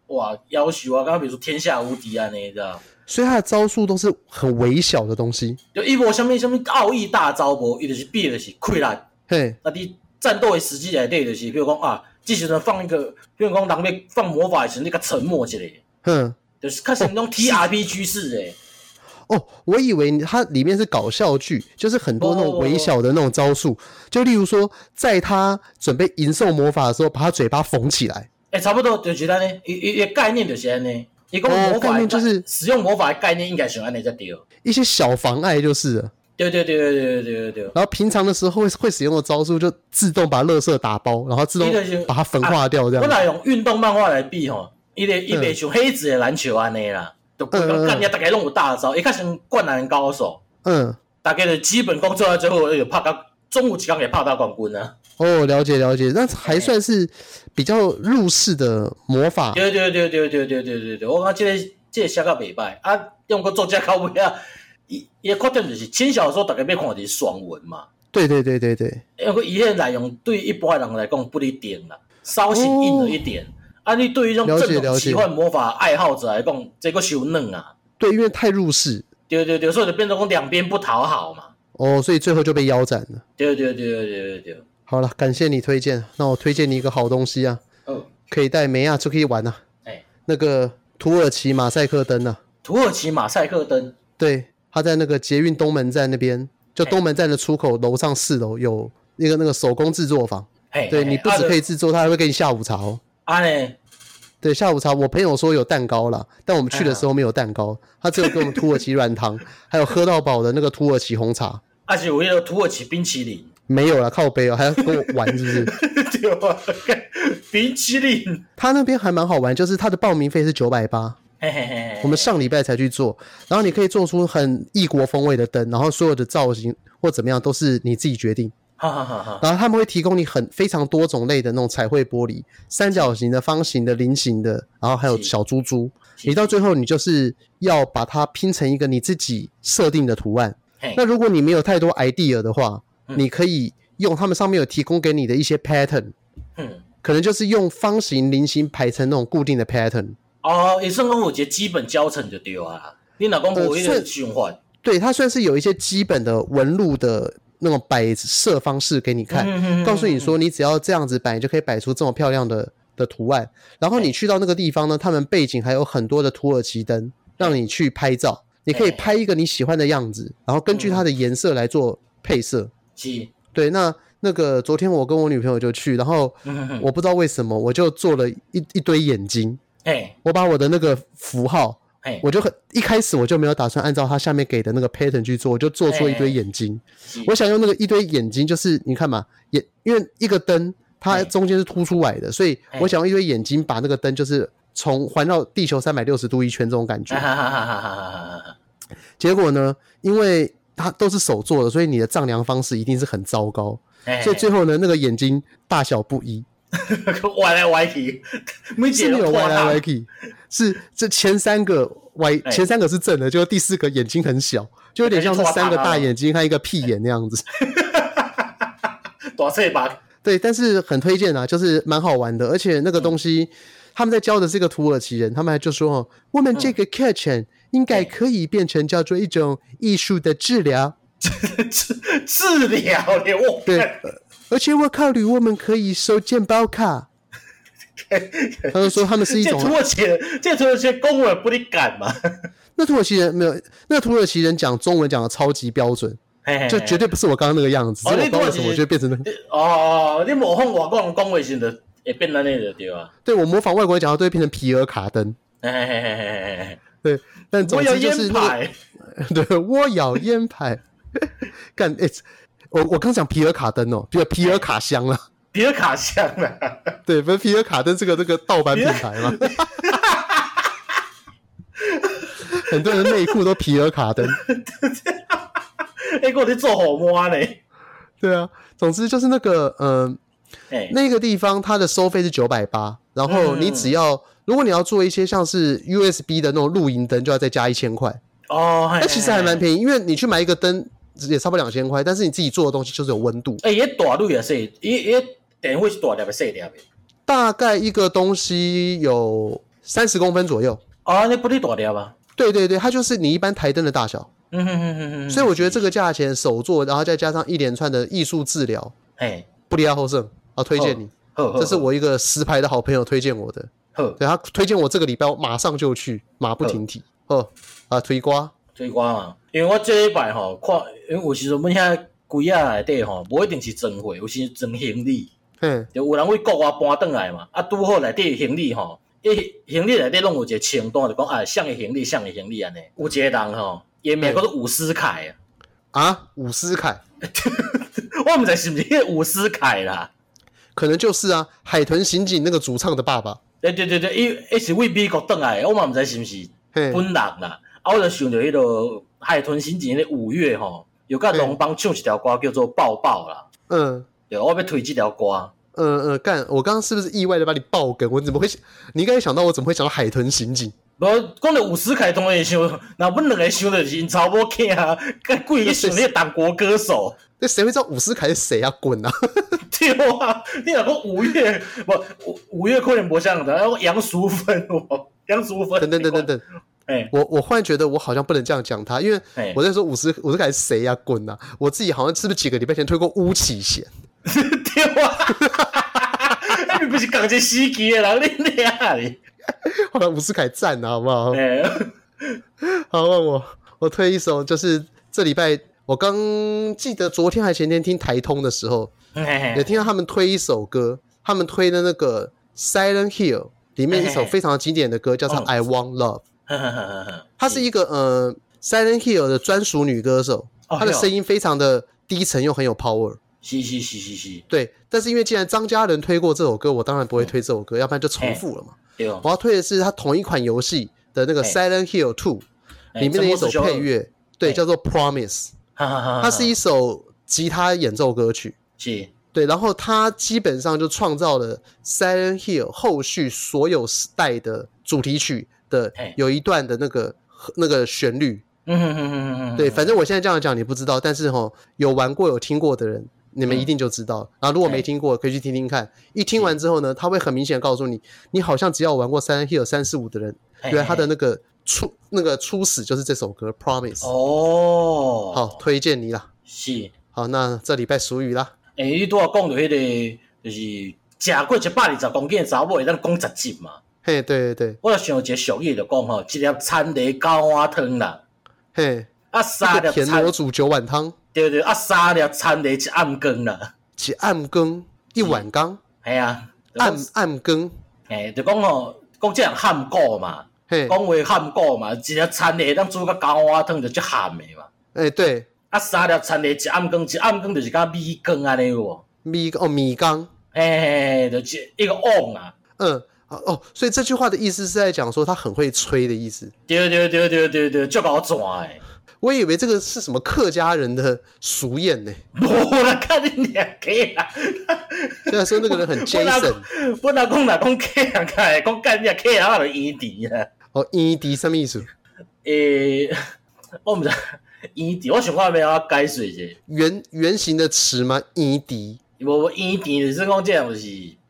[SPEAKER 1] 哇要求啊，刚刚比如说天下无敌啊安尼，你知道？
[SPEAKER 2] 所以它的招数都是很微小的东西。
[SPEAKER 1] 就伊无啥物啥物奥义大招无，伊就是比的就是气力。
[SPEAKER 2] 嘿，
[SPEAKER 1] 啊，你战斗的时机内底就是，比如讲啊，即时阵放一个，比如讲人要放魔法的时阵，你甲沉默一下，
[SPEAKER 2] 哼。
[SPEAKER 1] 就是较像那种 T R P G 式诶。
[SPEAKER 2] 哦，我以为它里面是搞笑剧，就是很多那
[SPEAKER 1] 哦
[SPEAKER 2] 种微小的那种招数，就例如说，在他准备吟诵魔法的时候，把他嘴巴缝起来。
[SPEAKER 1] 诶、差不多就是安尼，伊伊伊概念就是安尼。伊讲
[SPEAKER 2] 哦
[SPEAKER 1] 魔
[SPEAKER 2] 概
[SPEAKER 1] 法的
[SPEAKER 2] 念就是
[SPEAKER 1] 使用魔法的概念应该是安尼才对。
[SPEAKER 2] 一些小妨碍就是了，
[SPEAKER 1] 对对对对对对对对。
[SPEAKER 2] 然后平常的时候会会使用的招数就自动把垃圾打包，然后自动
[SPEAKER 1] 这个就啊
[SPEAKER 2] 把它焚化掉这
[SPEAKER 1] 我
[SPEAKER 2] 样。
[SPEAKER 1] 若用运动漫画来比吼，伊咧伊袂像黑子的篮球安尼啦，就规
[SPEAKER 2] 嗯嗯
[SPEAKER 1] 讲
[SPEAKER 2] 嗯
[SPEAKER 1] 干你大家拢有大招，伊较像灌篮高手，
[SPEAKER 2] 嗯，
[SPEAKER 1] 大家就基本功做到最后，就拍到中午一工给拍到冠军啊。
[SPEAKER 2] 哦，了解了解，那还算是比较入世的魔法。
[SPEAKER 1] 对对对对对对对对对，我感觉这个这个写到袂歹啊，用个作家到尾啊，伊伊的缺点就是轻小说大家要看的是爽文嘛，
[SPEAKER 2] 对对对对对，
[SPEAKER 1] 因为伊迄内容对一般人来讲不一定啦，稍显硬了一点。啊，你对于这种
[SPEAKER 2] 哦了解
[SPEAKER 1] 正
[SPEAKER 2] 了
[SPEAKER 1] 统
[SPEAKER 2] 解
[SPEAKER 1] 奇幻魔法爱好者来讲，这个修嫩啊，
[SPEAKER 2] 对，因为太入世
[SPEAKER 1] 对对对，所以就变成讲两边不讨好嘛，
[SPEAKER 2] 哦，所以最后就被腰斩了。
[SPEAKER 1] 对对对对对对对，
[SPEAKER 2] 好了，感谢你推荐，那我推荐你一个好东西啊，
[SPEAKER 1] 哦，
[SPEAKER 2] 可以带梅亚出去玩啊。
[SPEAKER 1] 哎，
[SPEAKER 2] 那个土耳其马赛克灯啊，
[SPEAKER 1] 土耳其马赛克灯，
[SPEAKER 2] 对，它在那个捷运东门站那边，就
[SPEAKER 1] 哎
[SPEAKER 2] 东门站的出口楼上四楼有一个那个手工制作坊，
[SPEAKER 1] 嘿，
[SPEAKER 2] 对
[SPEAKER 1] 嘿啊
[SPEAKER 2] 你不只可，
[SPEAKER 1] 嘿
[SPEAKER 2] 以制作，它还会给你下午茶哦。
[SPEAKER 1] 啊嘞，
[SPEAKER 2] 对，下午茶我朋友说有蛋糕啦，但我们去的
[SPEAKER 1] 啊
[SPEAKER 2] 时候没有蛋糕，他只有给我们土耳其软糖， 还有喝到饱的那个土耳其红茶，
[SPEAKER 1] 啊是有迄个土耳其冰淇淋，
[SPEAKER 2] 没有啦，靠背哦，还要跟我玩是不是？
[SPEAKER 1] 对吧？冰淇淋，
[SPEAKER 2] 他那边还蛮好玩，就是他的报名费是九百八，
[SPEAKER 1] 嘿嘿嘿，嘿
[SPEAKER 2] 我们上礼拜才去做，然后你可以做出很异国风味的灯，然后所有的造型或怎么样都是你自己决定，
[SPEAKER 1] 哈哈哈哈，
[SPEAKER 2] 然后他们会提供你很非常多种类的那种彩绘玻璃，三角形的、方形的、菱形的，然后还有
[SPEAKER 1] 是
[SPEAKER 2] 小珠珠，
[SPEAKER 1] 是
[SPEAKER 2] 你到最后你就是要把它拼成一个你自己设定的图案。
[SPEAKER 1] 嘿
[SPEAKER 2] 那如果你没有太多 idea 的话，
[SPEAKER 1] 嗯
[SPEAKER 2] 你可以用他们上面有提供给你的一些 pattern，
[SPEAKER 1] 嗯，
[SPEAKER 2] 可能就是用方形、菱形排成那种固定的 pattern。
[SPEAKER 1] 哦，伊算讲有一个基本教程就对啊，你若讲无迄
[SPEAKER 2] 呃
[SPEAKER 1] 个
[SPEAKER 2] 算
[SPEAKER 1] 循环，
[SPEAKER 2] 对，它算是有一些基本的纹路的那种摆设方式给你看，
[SPEAKER 1] 嗯
[SPEAKER 2] 告诉你，说你只要这样子摆，你就可以摆出这么漂亮的的图案。然后你去到那个地方呢，他们背景还有很多的土耳其灯，让你去拍照。你可以
[SPEAKER 1] 哎
[SPEAKER 2] 拍一个你喜欢的样子，然后根据它
[SPEAKER 1] 嗯
[SPEAKER 2] 的颜色来做配色。
[SPEAKER 1] 是，
[SPEAKER 2] 对，那那个昨天我跟我女朋友就去，然后
[SPEAKER 1] 嗯嗯，
[SPEAKER 2] 我不知道为什么我就做了一一堆眼睛，
[SPEAKER 1] 嘿，
[SPEAKER 2] 我把我的那个符号，
[SPEAKER 1] 嘿，
[SPEAKER 2] 我就很一开始我就没有打算按照它下面给的那个 pattern 去做，我就做出一堆眼睛。
[SPEAKER 1] 是
[SPEAKER 2] 我想用那个一堆眼睛，就是你看嘛，眼因为一个灯它
[SPEAKER 1] 哎
[SPEAKER 2] 中间是凸出来的，所以
[SPEAKER 1] 哎
[SPEAKER 2] 我想用一堆眼睛把那个灯就是从环绕地球三百六十度一圈这种感觉
[SPEAKER 1] 啊。哈哈哈哈哈哈哈，
[SPEAKER 2] 结果呢，因为它都是手做的，所以你的丈量方式一定是很糟糕，
[SPEAKER 1] 嘿
[SPEAKER 2] 所以最后呢，那个眼睛大小不一。
[SPEAKER 1] 嘿 歪来歪去，每一
[SPEAKER 2] 是没
[SPEAKER 1] 个
[SPEAKER 2] 有
[SPEAKER 1] 都
[SPEAKER 2] 歪
[SPEAKER 1] 看
[SPEAKER 2] 来
[SPEAKER 1] 到
[SPEAKER 2] 歪，去，是这前三个歪，
[SPEAKER 1] 哎
[SPEAKER 2] 前三个是正的，就第四个眼睛很小，就有点像是三个大眼睛和一个屁眼那样 子。
[SPEAKER 1] 大细吧，
[SPEAKER 2] 对，但是很推荐啊，就是蛮好玩的，而且那个东西他们在教的是一个土耳其人，他们还就说哦，我们这个课程应该可以变成叫做一种艺术的治疗。
[SPEAKER 1] 治治疗的我，
[SPEAKER 2] 对，呃而且我考虑我们可以收健保 卡。他们说他们是一
[SPEAKER 1] 这
[SPEAKER 2] 种
[SPEAKER 1] 土耳其人，这土耳其人讲话不哩敢嘛，
[SPEAKER 2] 那土耳其人没有，那土耳其人讲中文讲的超级标准，
[SPEAKER 1] 嘿嘿
[SPEAKER 2] 就
[SPEAKER 1] 嘿
[SPEAKER 2] 绝对不是我刚刚那个样子，
[SPEAKER 1] 哦
[SPEAKER 2] 所以我不知道为
[SPEAKER 1] 那土耳
[SPEAKER 2] 什
[SPEAKER 1] 其
[SPEAKER 2] 么我就变成那个。
[SPEAKER 1] 你哦，你模仿外国人讲话时就会变安尼就对啊。
[SPEAKER 2] 对我模仿外国人讲话都会变成皮尔卡登。
[SPEAKER 1] 嘿嘿嘿嘿嘿嘿
[SPEAKER 2] 对，但
[SPEAKER 1] 我
[SPEAKER 2] 总
[SPEAKER 1] 有
[SPEAKER 2] 之就是
[SPEAKER 1] 烟
[SPEAKER 2] 那
[SPEAKER 1] 牌，
[SPEAKER 2] 个， 对我咬烟排， 干 it's 我我刚讲皮尔卡登哦，皮尔皮尔卡香了，
[SPEAKER 1] 别卡箱啊，
[SPEAKER 2] 对，不是皮尔卡登这个这个盗版品牌嘛， 很多人内裤都皮尔卡登，
[SPEAKER 1] 哎，我在做好摸呢。
[SPEAKER 2] 对啊，总之就是那个嗯。呃
[SPEAKER 1] 哎，
[SPEAKER 2] 那个地方它的收费是九百八，然后你只要、如果你要做一些像是 USB 的那种露营灯，就要再加一千块。
[SPEAKER 1] 哦，嘿
[SPEAKER 2] 那其实还蛮便宜，因为你去买一个灯也差不多两千块，但是你自己做的东西就是有温度。
[SPEAKER 1] 哎，伊大绿也是，伊伊电火是大粒的细粒的。
[SPEAKER 2] 大概一个东西有三十公分左右。
[SPEAKER 1] 哦，你不哩大粒啊？
[SPEAKER 2] 对对对，它就是你一般台灯的大小。
[SPEAKER 1] 嗯哼哼哼哼。
[SPEAKER 2] 所以我觉得这个价钱手做，然后再加上一连串的艺术治疗，
[SPEAKER 1] 哎，
[SPEAKER 2] 不离亚后胜啊，推荐你。
[SPEAKER 1] 好，好
[SPEAKER 2] 这是我一个实牌的好朋友推荐我的。
[SPEAKER 1] 好
[SPEAKER 2] 对他推荐我这个礼拜，我马上就去，马不停蹄。哦，啊，推瓜，
[SPEAKER 1] 水瓜嘛，因为我这礼拜吼看，因为有时阵阮遐鬼啊内底吼，无一定是装货，有时装行李。
[SPEAKER 2] 嗯，
[SPEAKER 1] 就有人为国外搬转来嘛，啊，拄好内底行李吼，伊行李内底拢有一个清单，就讲啊，谁的行李，谁的行李安尼。有一个人吼，伊名叫做伍思凯啊，
[SPEAKER 2] 啊，伍思凯
[SPEAKER 1] 我毋知是毋是迄个伍思凯啦。
[SPEAKER 2] 可能就是啊，海豚刑警那个主唱的爸爸。
[SPEAKER 1] 对对对对，伊伊是为美国转来的，我嘛毋知是毋是
[SPEAKER 2] 嘿嗯
[SPEAKER 1] 本，人啦。啊，我就想着迄个海豚刑警迄个五月吼，有甲龙邦唱一条歌叫做《抱抱》啦。
[SPEAKER 2] 嗯
[SPEAKER 1] 对，我要推即条歌。
[SPEAKER 2] 嗯嗯，干，我刚刚是不是意外的把你爆梗？我怎么会想？你应该想到我怎么会想到海豚刑警？
[SPEAKER 1] 无，讲到伍思凯，当然会想，若阮两个想着是因查某囝啊，甲鬼去想迄个党国歌手。
[SPEAKER 2] 那谁会知道伍思凯是谁啊？滚啊！
[SPEAKER 1] 对啊，你若讲五月无五五月可能无像的，我杨淑芬 哦，杨淑芬
[SPEAKER 2] 等等等等，等，
[SPEAKER 1] 哎
[SPEAKER 2] 我我忽然觉得我好像不能这样讲他，因为
[SPEAKER 1] 哎
[SPEAKER 2] 我在说伍思伍思凯是谁啊？滚啊！我自己好像是不是几个礼拜前推过巫启贤？
[SPEAKER 1] 对 啊，你不是讲这死机的人，你俩哩？
[SPEAKER 2] 后来伍思凯赞啊了，好不好？
[SPEAKER 1] 哎，
[SPEAKER 2] 好，问我，我推一首，就是这礼拜我刚记得昨天还前天听台通的时候，
[SPEAKER 1] 嘿
[SPEAKER 2] 也
[SPEAKER 1] 嘿
[SPEAKER 2] 听到他们推一首歌，他们推的那个《Silent Hill》里面一首
[SPEAKER 1] 嘿嘿
[SPEAKER 2] 非常经典的歌，叫做
[SPEAKER 1] 哦
[SPEAKER 2] 《I Want Love》。
[SPEAKER 1] 呵呵呵呵
[SPEAKER 2] 她是一个呃《Silent Hill》的专属女歌手，
[SPEAKER 1] 哦
[SPEAKER 2] 她的
[SPEAKER 1] 是哦
[SPEAKER 2] 声音非常的低沉又很有 power。
[SPEAKER 1] 是是是是是，
[SPEAKER 2] 对，但是因为既然张家人推过这首歌，我当然不会推这
[SPEAKER 1] 哎
[SPEAKER 2] 首歌，要不然就重复了嘛。
[SPEAKER 1] 对哦
[SPEAKER 2] 我。要推的是他同一款游戏的那个《
[SPEAKER 1] 嘿
[SPEAKER 2] Silent Hill Two》里面的一首配
[SPEAKER 1] 哎，
[SPEAKER 2] 乐，对，
[SPEAKER 1] 嘿
[SPEAKER 2] 叫做《Promise》，
[SPEAKER 1] 哈哈哈哈
[SPEAKER 2] 它是一首吉他演奏歌曲。
[SPEAKER 1] 是
[SPEAKER 2] 对，然后它基本上就创造了《Silent Hill》后续所有时代的主题曲的
[SPEAKER 1] 嘿
[SPEAKER 2] 有一段的那个那个旋律。
[SPEAKER 1] 嗯哼哼哼哼，
[SPEAKER 2] 对，反正我现在这样讲你不知道，但是吼有玩过有听过的人，你们
[SPEAKER 1] 嗯
[SPEAKER 2] 一定就知道。然后如果没
[SPEAKER 1] 哎
[SPEAKER 2] 听过，可以去听听看。一听完之后呢，它会很明显地告诉你，你好像只要有玩过《Silent Hill》三四五的人，
[SPEAKER 1] 嘿
[SPEAKER 2] 原来他的
[SPEAKER 1] 嘿
[SPEAKER 2] 那个初那个初始就是这首歌《Promise》。
[SPEAKER 1] 哦，
[SPEAKER 2] 好，推荐你啦。
[SPEAKER 1] 是，
[SPEAKER 2] 好，那这礼拜俗语啦。
[SPEAKER 1] 诶，你拄仔讲到迄个，就是食过一百二十公斤的查某会当讲十集嘛？
[SPEAKER 2] 嘿，对对对，
[SPEAKER 1] 我就想有一个俗语就讲吼，一粒田螺九碗啊汤啦，
[SPEAKER 2] 嘿，
[SPEAKER 1] 啊
[SPEAKER 2] 这
[SPEAKER 1] 三
[SPEAKER 2] 个
[SPEAKER 1] 粒
[SPEAKER 2] 田
[SPEAKER 1] 田
[SPEAKER 2] 螺煮九碗汤，
[SPEAKER 1] 对对，啊三粒田螺一暗羹啦，
[SPEAKER 2] 几暗羹一碗羹，
[SPEAKER 1] 系啊，就讲
[SPEAKER 2] 暗暗羹，
[SPEAKER 1] 诶，就讲吼，讲即人汉古嘛，
[SPEAKER 2] 嘿
[SPEAKER 1] 讲，话汉古嘛，一粒田螺当煮到九碗汤就即咸的嘛，
[SPEAKER 2] 哎，对，
[SPEAKER 1] 啊三粒田螺一暗羹，一暗羹就是甲米羹安尼有无？
[SPEAKER 2] 米哦米缸，
[SPEAKER 1] 嘿嘿嘿，就一一个瓮啊。
[SPEAKER 2] 嗯，哦哦，所以这句话的意思是在讲说他很会吹的意思。
[SPEAKER 1] 对对对对对对，足够转诶！
[SPEAKER 2] 我以为这个是什么客家人的俗谚呢，
[SPEAKER 1] 无啦，看你俩客啦，
[SPEAKER 2] 虽然说那个人很 Jason
[SPEAKER 1] 我若讲若讲客人开，讲干你俩客人，我就伊迪啊。
[SPEAKER 2] 哦，ED 什么意思？
[SPEAKER 1] 诶、我毋知伊迪，我想看要安怎解释者。
[SPEAKER 2] 圆圆形的池吗？ED
[SPEAKER 1] 无伊迪就是讲这样，就是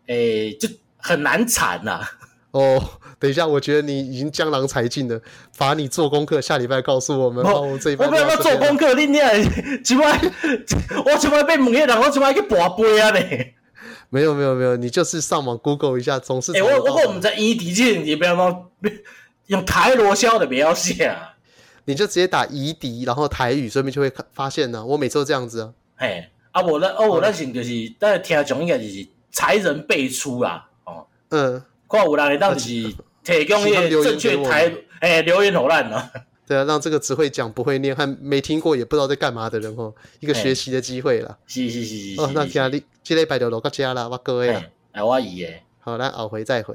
[SPEAKER 1] 诶、就很难缠呐、
[SPEAKER 2] 哦，等一下，我觉得你已经江郎才尽了，罚你做功课，下礼拜告诉我们。
[SPEAKER 1] 我
[SPEAKER 2] 好，我这一
[SPEAKER 1] 哦我
[SPEAKER 2] 班
[SPEAKER 1] 本来要做功课，
[SPEAKER 2] 课，
[SPEAKER 1] 你俩即摆，我即摆被问迄人，我即摆去跋杯啊咧。
[SPEAKER 2] 没有没有没有，你就是上网 Google 一下，总是
[SPEAKER 1] 诶、
[SPEAKER 2] 找
[SPEAKER 1] 哎我
[SPEAKER 2] 得
[SPEAKER 1] 我
[SPEAKER 2] 到
[SPEAKER 1] 我毋知伊迪这你不要讲，用台罗霄的不要写啊。
[SPEAKER 2] 你就直接打夷狄，然后台语，顺便就会看发现呢、我每次都这样子啊。
[SPEAKER 1] 嘿，啊无咱哦，无咱想就是，咱听众应该就是才人辈出啦，哦，
[SPEAKER 2] 嗯，
[SPEAKER 1] 看有人会当就是提供迄个正确台，诶、留言互咱啦，
[SPEAKER 2] 对啊，让这个只会讲不会念和没听过也不知道在干嘛的人哦，一个
[SPEAKER 1] 哎
[SPEAKER 2] 学习的机会啦。
[SPEAKER 1] 是
[SPEAKER 2] 哦
[SPEAKER 1] 是是是是，
[SPEAKER 2] 哦，那今天你今天拜就落到家啦，我各位啦，
[SPEAKER 1] 哎，我伊诶。
[SPEAKER 2] 好，咱后回再回。